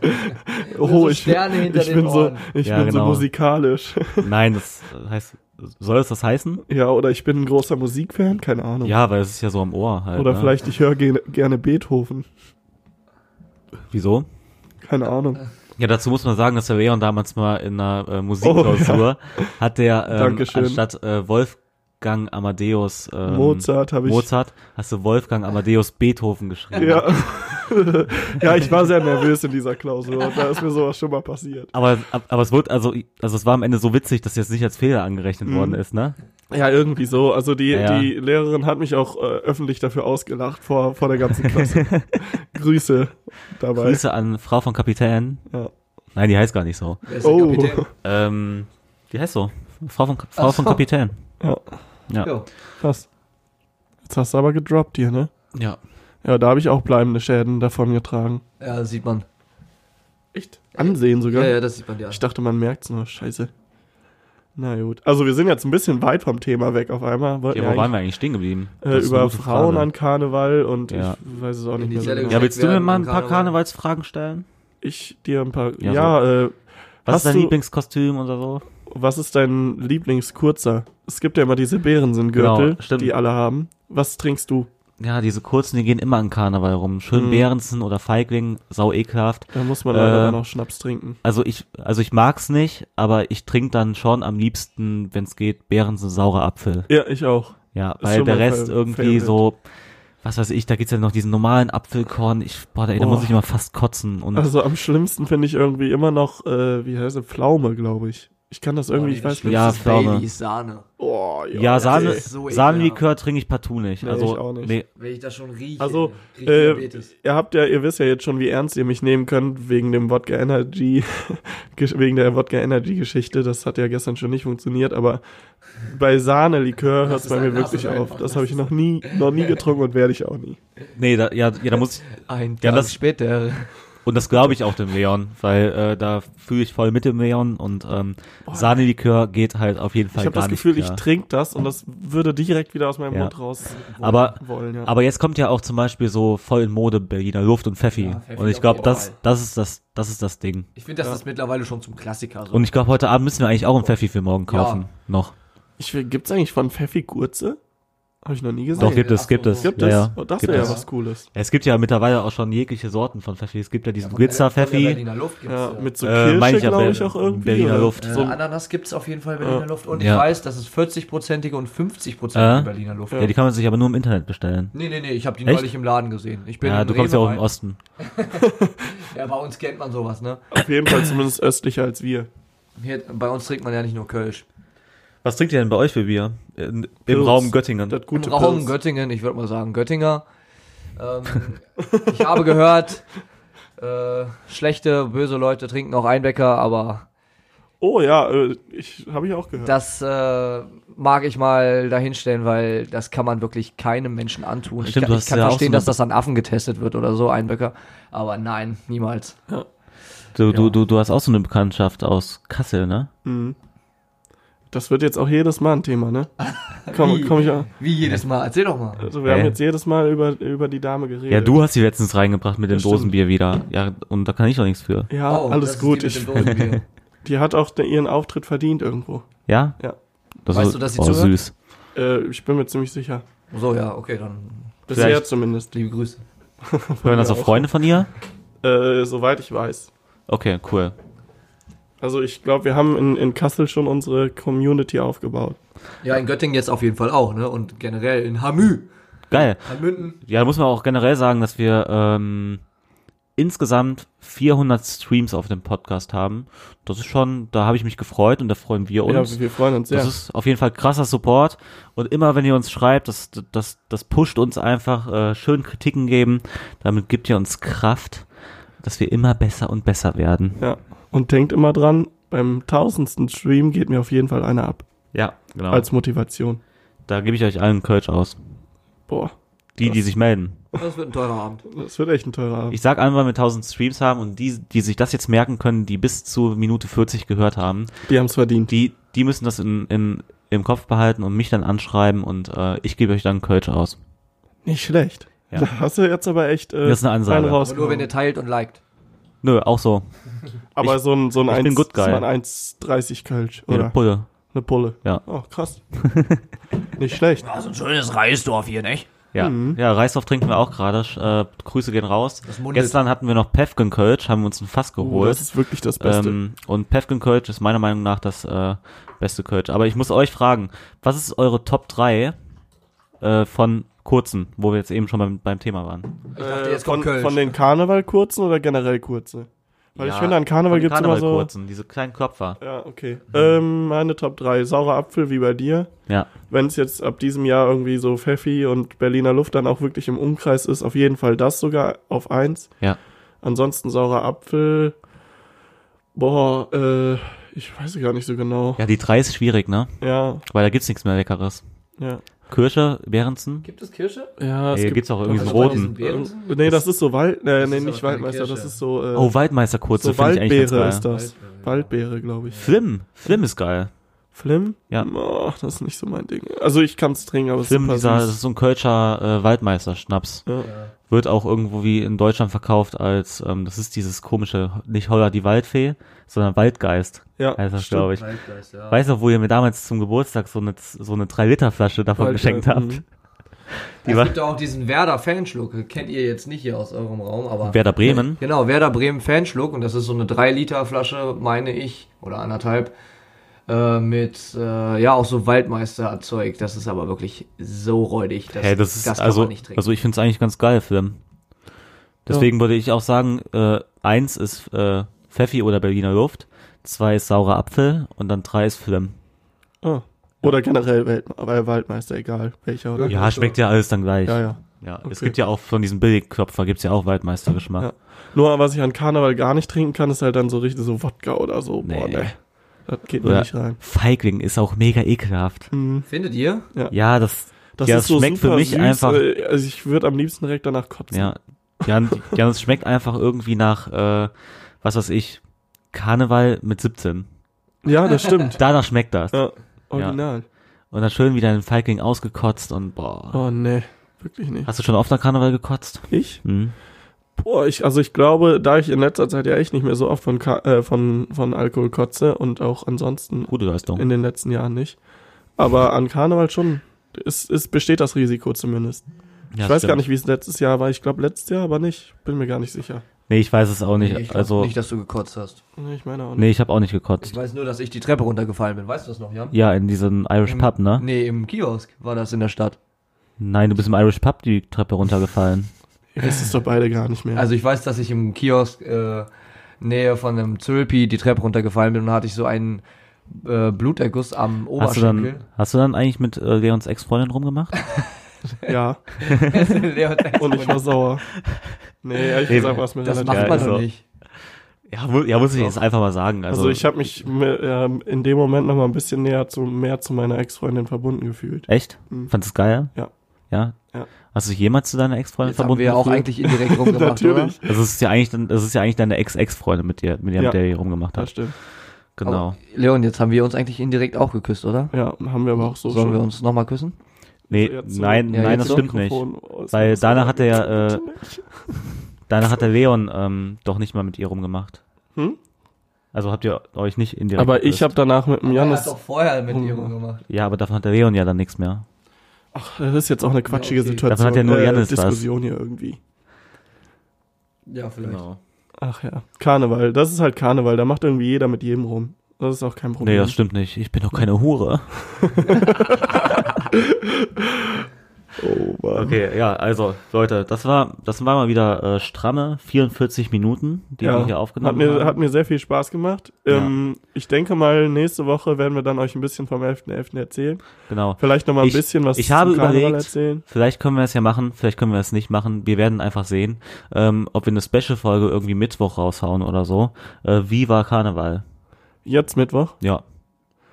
E: oh,
F: so
E: ich,
F: Sterne hinter
E: ich
F: den
E: bin so,
F: Ohren.
E: ich
D: Ja,
E: bin so
D: genau.
E: musikalisch.
D: Nein, das heißt, soll es das heißen?
E: ja, oder ich bin ein großer Musikfan, keine Ahnung.
D: Ja, weil es ist ja so am Ohr halt.
E: oder
D: ne?
E: vielleicht ich höre ge gerne Beethoven,
D: Wieso?
E: keine Ahnung.
D: Ja, dazu muss man sagen, dass der Leon damals mal in einer äh, Musikklausur hat der ähm,
E: Dankeschön.
D: anstatt äh, Wolfgang Amadeus ähm,
E: Mozart habe ich.
D: Mozart hast du Wolfgang Amadeus Beethoven geschrieben.
E: Ja. ja, ich war sehr nervös in dieser Klausur. Da ist mir sowas schon mal passiert.
D: Aber, ab- aber es wird, also, also es war am Ende so witzig, dass jetzt nicht als Fehler angerechnet worden ist, ne?
E: Ja, irgendwie so. Also die,
D: Ja.
E: die Lehrerin hat mich auch äh, öffentlich dafür ausgelacht vor, vor der ganzen Klasse. Grüße dabei.
D: Grüße an Frau von Kapitän.
E: Ja.
D: Nein, die heißt gar nicht so.
E: Oh.
D: Ähm, die heißt so. Frau von, Frau von
F: so.
D: Kapitän.
E: Ja,
D: Ja.
F: Jo.
E: krass. Jetzt hast du aber gedroppt hier, ne?
D: Ja.
E: Ja, da habe ich auch bleibende Schäden davon getragen.
F: Ja, das sieht man.
E: Echt? Ansehen sogar.
F: Ja, ja, das sieht man ja.
E: Ich dachte, man merkt's nur. Scheiße. Na gut. Also wir sind jetzt ein bisschen weit vom Thema weg auf einmal. Wollten
D: ja wo
E: ja
D: waren wir eigentlich stehen geblieben?
E: äh,
D: Das ist eine
E: über
D: gute
E: Frauen
D: Frage.
E: an Karneval und
D: Ja.
E: ich weiß es auch
F: In
E: nicht
F: die
E: mehr. So
F: Zelle
E: genau.
D: Ja, willst du mir mal ein
F: Geschenkt werden
D: paar
F: am Karneval.
D: Karnevalsfragen stellen?
E: Ich dir ein paar. Ja,
D: Ja,
E: äh,
D: Was
E: Hast
D: ist dein
E: du-
D: Lieblingskostüm oder so?
E: was ist dein Lieblingskurzer? Es gibt ja immer diese Bärensinn-Gürtel,
D: Genau, stimmt.
E: die alle haben. Was trinkst du?
D: Ja, diese kurzen, die gehen immer an Karneval rum. Schön
E: Mhm.
D: Behrensen oder Feigling, sau ekelhaft.
E: Da muss man leider
D: Äh,
E: dann auch Schnaps trinken.
D: Also ich, also ich mag's nicht, aber ich trinke dann schon am liebsten, wenn's geht, Behrensen saurer Apfel.
E: Ja, ich auch.
D: Ja,
E: schon
D: weil der
E: mein
D: Rest
E: Fa-
D: irgendwie
E: Favorite.
D: so, was weiß ich, da gibt's ja noch diesen normalen Apfelkorn. Ich, boah, ey, da muss
E: Boah.
D: ich immer fast kotzen. Und
E: Also am schlimmsten finde ich irgendwie immer noch, äh, wie heißt es, Pflaume, glaube ich. Ich kann das irgendwie, ich weiß nicht.
D: Ja,
F: Ja,
D: Pflaume.
F: Baileys Sahne.
E: Oh, ja.
D: ja,
F: das
D: Sahne,
F: ist so
D: Sahnenlikör trinke ich partout nicht.
E: Nee,
D: also,
E: ich auch nicht.
D: Nee,
F: Wenn ich das schon rieche.
E: Also,
F: krieg ich
E: äh,
F: Diabetes.
E: ihr habt ja, ihr wisst ja jetzt schon, wie ernst ihr mich nehmen könnt wegen dem Wodka Energy, gesch- wegen der Wodka Energy Geschichte. Das hat ja gestern schon nicht funktioniert, aber bei Sahnelikör hört es
F: ist
E: bei mir
F: ein
E: wirklich
F: Apfel
E: auf.
F: einfach.
E: Das habe ich noch nie, noch nie getrunken und werde ich auch nie.
D: nee da, ja, ja, da muss ich,
F: Ein
D: Ja,
F: Tag
D: das-
F: später.
D: Und das glaube ich auch dem Leon, weil äh, da fühle ich voll mit dem Leon und ähm, Sahnelikör geht halt auf jeden Fall
E: Ich habe
D: gar
E: das Gefühl,
D: nicht
E: ich
D: klar.
E: trinke das und das würde direkt wieder aus meinem
D: Ja.
E: Mund raus
D: Aber-
E: wollen. Ja.
D: Aber jetzt kommt ja auch zum Beispiel so voll in Mode Berliner Luft und Pfeffi.
F: Ja, Pfeffi
D: und ich
F: auf
D: glaube,
F: jeden
D: das,
F: Fall.
D: das ist das, das ist das Ding.
F: Ich finde, das ist mittlerweile schon zum Klassiker. So.
D: Und ich glaube, heute Abend müssen wir eigentlich auch einen Pfeffi für morgen kaufen. Noch.
E: Ich will- gibt's eigentlich von Pfeffi Kurze? Habe ich noch nie gesehen.
D: Doch, gibt es,
F: ach
D: gibt
F: so,
D: es.
E: Gibt
D: ja,
E: es?
D: Ja.
E: Oh, das
D: gibt
E: wäre ja
D: es.
E: was Cooles.
D: Es gibt ja mittlerweile auch schon jegliche Sorten von Pfeffi. Es gibt ja diesen Glitzer-Pfeffi.
F: Berliner Luft gibt's.
E: Ja,
F: ja.
E: mit so
D: Äh, meine
E: Kirsche,
D: ich ja,
E: glaube
D: Ber-
E: ich, auch irgendwie.
D: Berliner
E: oder?
D: Luft.
F: äh,
E: So,
F: Ananas gibt es auf jeden Fall Berliner
E: Ja.
F: Luft. Und
D: Ja.
F: ich weiß, dass es 40-prozentige und 50-prozentige
D: Äh?
F: Berliner Luft
D: Ja.
F: gibt.
D: die kann man sich aber nur im Internet bestellen.
F: Nee, nee, nee, ich habe die
D: Echt?
F: neulich im Laden gesehen. Ich bin
D: Ja,
F: in
D: du kommst ja
F: Rewe
D: auch im
F: rein.
D: Osten.
F: Ja, bei uns kennt man sowas, ne?
E: auf jeden Fall zumindest östlicher als wir.
F: Hier, bei uns trinkt man ja nicht nur Kölsch.
D: Was trinkt ihr denn bei euch für Bier? In, Im
E: Pilz.
D: Raum Göttingen.
E: Das
F: Im
E: gute
F: Raum
E: Pilz.
F: Göttingen, ich würde mal sagen Göttinger. Ähm, ich habe gehört, äh, schlechte, böse Leute trinken auch Einbecker, aber
E: Oh ja, äh, ich habe ich auch gehört.
F: das äh, mag ich mal dahinstellen, weil das kann man wirklich keinem Menschen antun.
D: Stimmt,
F: ich
D: du
F: kann,
D: hast
F: ich kann
D: ja auch so
F: verstehen,
D: eine-
F: dass das an Affen getestet wird oder so, Einbecker. Aber nein, niemals.
D: Du, du, du, du hast auch so eine Bekanntschaft aus Kassel, ne?
E: Mhm. Das wird jetzt auch jedes Mal ein Thema, ne? Komm, komm ich auch.
F: Wie jedes Mal, erzähl doch mal.
E: Also wir
D: Hä?
E: haben jetzt jedes Mal über, über die Dame geredet.
D: Ja, du hast die letztens reingebracht mit dem
E: stimmt.
D: Dosenbier wieder. Ja, und da kann ich doch nichts für.
E: Ja,
F: Oh, das
E: alles
F: ist
E: gut.
F: die mit
E: Ich,
F: dem Dosenbier.
E: die hat auch de- ihren Auftritt verdient irgendwo.
D: Ja?
E: Ja.
D: Das
F: Weißt
D: ist-
F: du, dass sie
D: oh,
F: zuhört?
D: süß.
E: Äh, ich bin mir ziemlich sicher.
F: so, ja, okay, dann
E: Bisher
D: Vielleicht-
E: zumindest.
F: liebe Grüße.
D: Hören das
E: Ja,
D: auch
E: auch.
D: Freunde von ihr?
E: Äh, soweit ich weiß.
D: Okay, cool.
E: Also ich glaube, wir haben in, in Kassel schon unsere Community aufgebaut.
F: Ja, in Göttingen jetzt auf jeden Fall auch, ne? Und generell in Hamü,
D: Geil.
F: Hamünden.
D: Ja, da muss man auch generell sagen, dass wir ähm, insgesamt 400 Streams auf dem Podcast haben. Das ist schon, da habe ich mich gefreut und da freuen wir uns.
E: ja, wir freuen uns sehr.
D: Das ist auf jeden Fall krasser Support. Und immer wenn ihr uns schreibt, das, das, das pusht uns einfach, äh, schön Kritiken geben. Damit gibt ihr uns Kraft, dass wir immer besser und besser werden.
E: ja. Und denkt immer dran, beim tausendsten Stream geht mir auf jeden Fall einer ab.
D: Ja, genau.
E: Als Motivation.
D: da gebe ich euch allen Kölsch aus.
E: Boah,
D: Die, die sich melden.
F: Das wird ein teurer Abend.
E: das wird echt ein teurer Abend.
D: Ich sag einfach, wenn wir 1000 Streams haben und die, die sich das jetzt merken können, die bis zu Minute 40 gehört haben,
E: Die haben es verdient.
D: die, die müssen das in, in, im Kopf behalten und mich dann anschreiben und äh, ich gebe euch dann Kölsch aus.
E: Nicht schlecht.
D: Ja.
E: Da hast du jetzt aber echt äh,
D: Das ist eine Ansage.
E: einen
F: Aber nur wenn ihr
E: rausgehauen.
F: teilt und liked.
D: Nö, auch so.
E: Aber so ein, so ein
D: ich bin
E: 1
D: good guy.
E: so ein 1,30 Kölsch,
D: Ja,
E: oder?
D: Pulle.
E: Eine Pulle.
D: Ja.
E: Oh, krass. Nicht schlecht.
F: Also ein schönes Reisdorf hier, nicht?
D: Ja,
E: Mhm.
D: ja Reisdorf trinken wir auch gerade. Äh, Grüße gehen raus.
F: mundet.
D: Gestern hatten wir noch Pevkenkölsch, haben uns ein Fass
E: Oh,
D: geholt.
E: das ist wirklich das Beste.
D: ähm, und Pevkenkölsch ist meiner Meinung nach das äh, beste Kölsch. Aber ich muss euch fragen, was ist eure Top 3 äh, von kurzen, wo wir jetzt eben schon beim, beim Thema waren?
F: Ich dachte, jetzt
E: Äh, von,
F: kommt Köln.
E: von den Karnevalkurzen oder generell Kurze? Weil ich
D: Ja,
E: finde, an Karneval
D: Von
E: gibt's immer so.
D: kurzen, diese kleinen Klopfer.
E: Ja, okay. Ähm, meine Top 3. Saurer Apfel, wie bei dir.
D: Ja,
E: Wenn es jetzt ab diesem Jahr irgendwie so Pfeffi und Berliner Luft dann auch wirklich im Umkreis ist, auf jeden Fall das sogar auf 1.
D: ja.
E: Ansonsten saurer Apfel. Boah, äh, ich weiß gar nicht so genau.
D: Ja, die 3 ist schwierig, ne?
E: Ja,
D: Weil da gibt's nichts mehr Leckeres.
E: ja.
D: Kirsche, Behrensen?
F: Gibt es Kirsche?
E: Ja, es
D: Hier
E: gibt,
D: gibt's auch irgendwie so
F: Also bei
D: roten.
F: diesen Beeren?
E: äh, nee, das ist so Wald, nee, nee
F: ist
E: nicht
F: aber keine
E: Waldmeister, das
F: Kirsche.
E: ist so, äh,
D: Oh, Waldmeister kurze,
E: so
D: finde ich eigentlich ganz
E: Waldbeere
D: geil.
E: ist das. Waldbeere, glaube ich.
D: Flim, Flim ist geil.
E: Flim?
D: Ja.
E: Oh, das ist nicht so mein Ding. Also ich kann es trinken, aber es ist
D: Flim,
E: super
D: dieser, das
E: süß.
D: ist so ein Kölscher äh, Waldmeister-Schnaps.
E: Ja.
D: Wird auch irgendwo wie in Deutschland verkauft als, ähm, das ist dieses komische, nicht Holler die Waldfee, sondern Waldgeist.
E: Ja,
D: heißt das,
E: stimmt.
D: glaube ich.
F: Waldgeist, ja.
D: Weiß noch, wo ihr mir damals zum Geburtstag so eine, so eine 3-Liter-Flasche davon geschenkt habt.
E: Waldgeist,
D: Die
F: es
D: war,
F: gibt auch diesen Werder-Fanschluck. Kennt ihr jetzt nicht hier aus eurem Raum, aber.
D: Werder Bremen?
F: Genau, Werder Bremen-Fanschluck. Und das ist so eine 3-Liter-Flasche, meine ich, oder anderthalb. Äh, mit, äh, ja, auch so Waldmeisterzeug. Das ist aber wirklich so räudig. Das,
D: hey, das ist,
F: das kann
D: also,
F: man nicht trinken.
D: also ich finde es eigentlich ganz geil, Flim. Deswegen würde ich auch sagen, äh, eins ist äh, Pfeffi oder Berliner Luft, zwei ist saurer Apfel und dann drei ist Flim.
E: Ah. Oder generell Welt, aber Waldmeister, egal welcher. Oder?
D: Ja, schmeckt ja alles dann gleich.
E: ja, ja.
D: Ja, es
E: Okay.
D: gibt ja auch von diesem Billigköpfer gibt's ja auch Waldmeistergeschmack.
E: Ja. Nur was ich an Karneval gar nicht trinken kann, ist halt dann so richtig so Wodka oder so. Boah,
D: Nee.
E: ne. Das geht mir
D: Oder
E: nicht rein.
D: Feigling ist auch mega ekelhaft.
F: Findet ihr?
D: Ja, das,
E: Das
D: ja,
E: ist
D: es
E: so
D: schmeckt
E: super
D: für mich
E: süß.
D: einfach.
E: äh, Also ich würde am liebsten direkt danach kotzen.
D: ja, Jan, Jan, es schmeckt einfach irgendwie nach, äh, was weiß ich, Karneval mit 17.
E: ja das stimmt.
D: Danach schmeckt das.
E: ja, original.
D: Und dann schön wieder den Feigling ausgekotzt und boah.
E: Oh, ne. Wirklich nicht.
D: Hast du schon oft nach Karneval gekotzt?
E: Ich?
D: Hm.
E: Boah, ich, also ich glaube, da ich in letzter Zeit ja echt nicht mehr so oft von, Ka äh, von, von Alkohol kotze und auch ansonsten
D: Gute
E: in
D: Leistung.
E: den letzten Jahren nicht. Aber an Karneval schon. Es, es besteht das Risiko zumindest.
D: Ja,
E: ich weiß
D: stimmt.
E: gar nicht, wie es letztes Jahr war. Ich glaube, letztes Jahr aber nicht. Bin mir gar nicht sicher.
D: Nee, ich weiß es auch nicht.
F: ich glaub
D: also,
F: nicht, dass du gekotzt hast.
E: Nee, ich meine auch nicht.
D: nee, ich habe auch nicht
F: Ich
D: gekotzt.
F: weiß nur, dass ich die Treppe runtergefallen bin. Weißt du das noch, Jan?
D: Ja, in diesem Irish Pub, ne?
F: Nee, im Kiosk war das in der Stadt.
D: Nein, du bist im Irish Pub die Treppe runtergefallen.
E: Ihr wisst es doch beide gar nicht mehr.
F: Also ich weiß, dass ich im Kiosk äh, Nähe von einem Zölpi die Treppe runtergefallen bin und hatte ich so einen äh, Bluterguss am
D: Hast du,
F: Oberschenkel.
D: dann, hast du dann eigentlich mit äh, Leons Ex-Freundin rumgemacht?
E: ja.
F: Leon,
E: Und ich war sauer. Nee, ich gesagt, war es mir
F: das
E: relativ
F: macht
D: geil, also.
F: man
D: so.
F: doch nicht.
D: Ja, mu ja muss ich jetzt einfach mal sagen. Also,
E: Also ich habe mich mi- ähm, in dem Moment noch mal ein bisschen näher zu mehr zu meiner Ex-Freundin verbunden gefühlt.
D: echt? Fandest du es geil?
E: Mhm. Ja.
D: Ja?
E: Ja.
D: Hast du dich jemals zu deiner Ex-Freundin
F: Jetzt haben
D: verbunden?
F: wir ja auch
D: gefühlt?
F: eigentlich indirekt rumgemacht, oder?
E: Natürlich.
D: Also es ist ja eigentlich, dann- das ist ja eigentlich deine Ex-Ex-Freundin mit dir, mit, der-
E: Ja.
D: mit der ihr rumgemacht
E: Das
D: hat.
E: stimmt.
D: Genau.
F: Aber, Leon, jetzt haben wir uns eigentlich indirekt auch geküsst, oder?
E: Ja, haben wir aber auch so
F: Sollen
E: schon.
F: wir uns nochmal küssen?
D: nee,
E: Jetzt so-
D: nein,
F: Ja,
D: nein,
F: jetzt
D: das
E: so
D: stimmt nicht.
E: Mikrofon aus-
D: Weil
E: aus-
D: danach hat er ja, äh,
E: Bitte nicht.
D: danach hat der Leon ähm, doch nicht mal mit ihr rumgemacht.
E: Hm?
D: Also habt ihr euch nicht indirekt.
E: aber ich
D: geküsst.
E: habe danach mit dem Janis.
F: vorher halt mit
D: um
E: ihr
F: rumgemacht.
D: Ja, aber davon hat der Leon ja dann nichts mehr.
E: Ach, das ist jetzt auch eine quatschige
F: Ja, okay.
E: Situation. äh,
D: Davon hat ja nur Janis was.
E: Diskussion hier irgendwie.
F: Ja, vielleicht.
D: Genau.
E: Ach ja. Karneval, das ist halt Karneval. Da macht irgendwie jeder mit jedem rum. Das ist auch kein Problem.
D: Nee, das stimmt nicht. Ich bin doch keine Hure.
E: Oh, Mann.
D: Okay, ja, also Leute, das war das war mal wieder äh, stramme 44 Minuten, die wir hier aufgenommen
E: hat mir,
D: haben.
E: Hat mir sehr viel Spaß gemacht. Ähm, ich denke mal, nächste Woche werden wir dann euch ein bisschen vom 11.11. erzählen.
D: genau.
E: Vielleicht noch mal ein
D: Ich-
E: bisschen was
D: ich habe
E: zum Karneval
D: überlegt-
E: erzählen.
D: Vielleicht können wir es ja machen, vielleicht können wir es nicht machen. Wir werden einfach sehen, ähm, ob wir eine Special-Folge irgendwie Mittwoch raushauen oder so. Äh, wie war Karneval?
E: Jetzt Mittwoch.
D: Ja.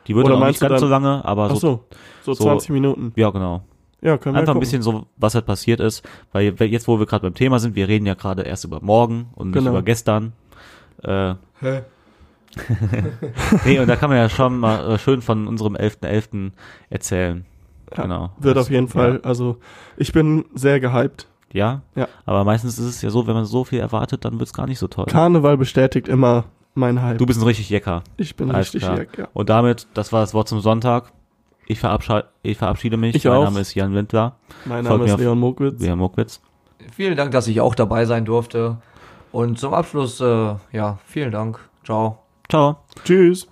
D: Die wird
E: Oder
D: dann auch nicht
E: meinst du
D: ganz so
E: dann-
D: lange, aber
E: Ach
D: so.
E: so, so
D: so-
E: 20 Minuten.
D: Ja, genau.
E: Ja, können wir
D: Einfach ein
E: gucken.
D: bisschen so, was halt passiert ist. Weil weil jetzt, wo wir gerade beim Thema sind, wir reden ja gerade erst über morgen und nicht
E: Genau.
D: über gestern. Äh, nee, und da kann man ja schon mal äh, schön von unserem 11.11. erzählen.
E: Ja,
D: genau.
E: Wird
D: Das-
E: auf jeden Fall. Also, ich bin sehr gehypt.
D: ja.
E: Ja.
D: Aber meistens ist es ja so, wenn man so viel erwartet, dann wird's gar nicht so toll.
E: Karneval bestätigt immer mein Hype.
D: du bist ein richtig Jecker.
E: ich bin
D: Alles
E: richtig
D: klar.
E: Jack, ja.
D: Und damit, das war das Wort zum Sonntag. Ich verabschiede, ich verabschiede mich.
E: Ich
D: mein
E: auch.
D: Name ist Jan Wendler,
E: Mein
D: Folgt
E: Name
D: mir
E: ist
D: auf-
E: Leon Mokwitz.
D: Wilhelm Mokwitz.
H: Vielen Dank, dass ich auch dabei sein durfte. Und zum Abschluss, äh, ja, vielen Dank. Ciao.
D: Ciao.
E: Tschüss.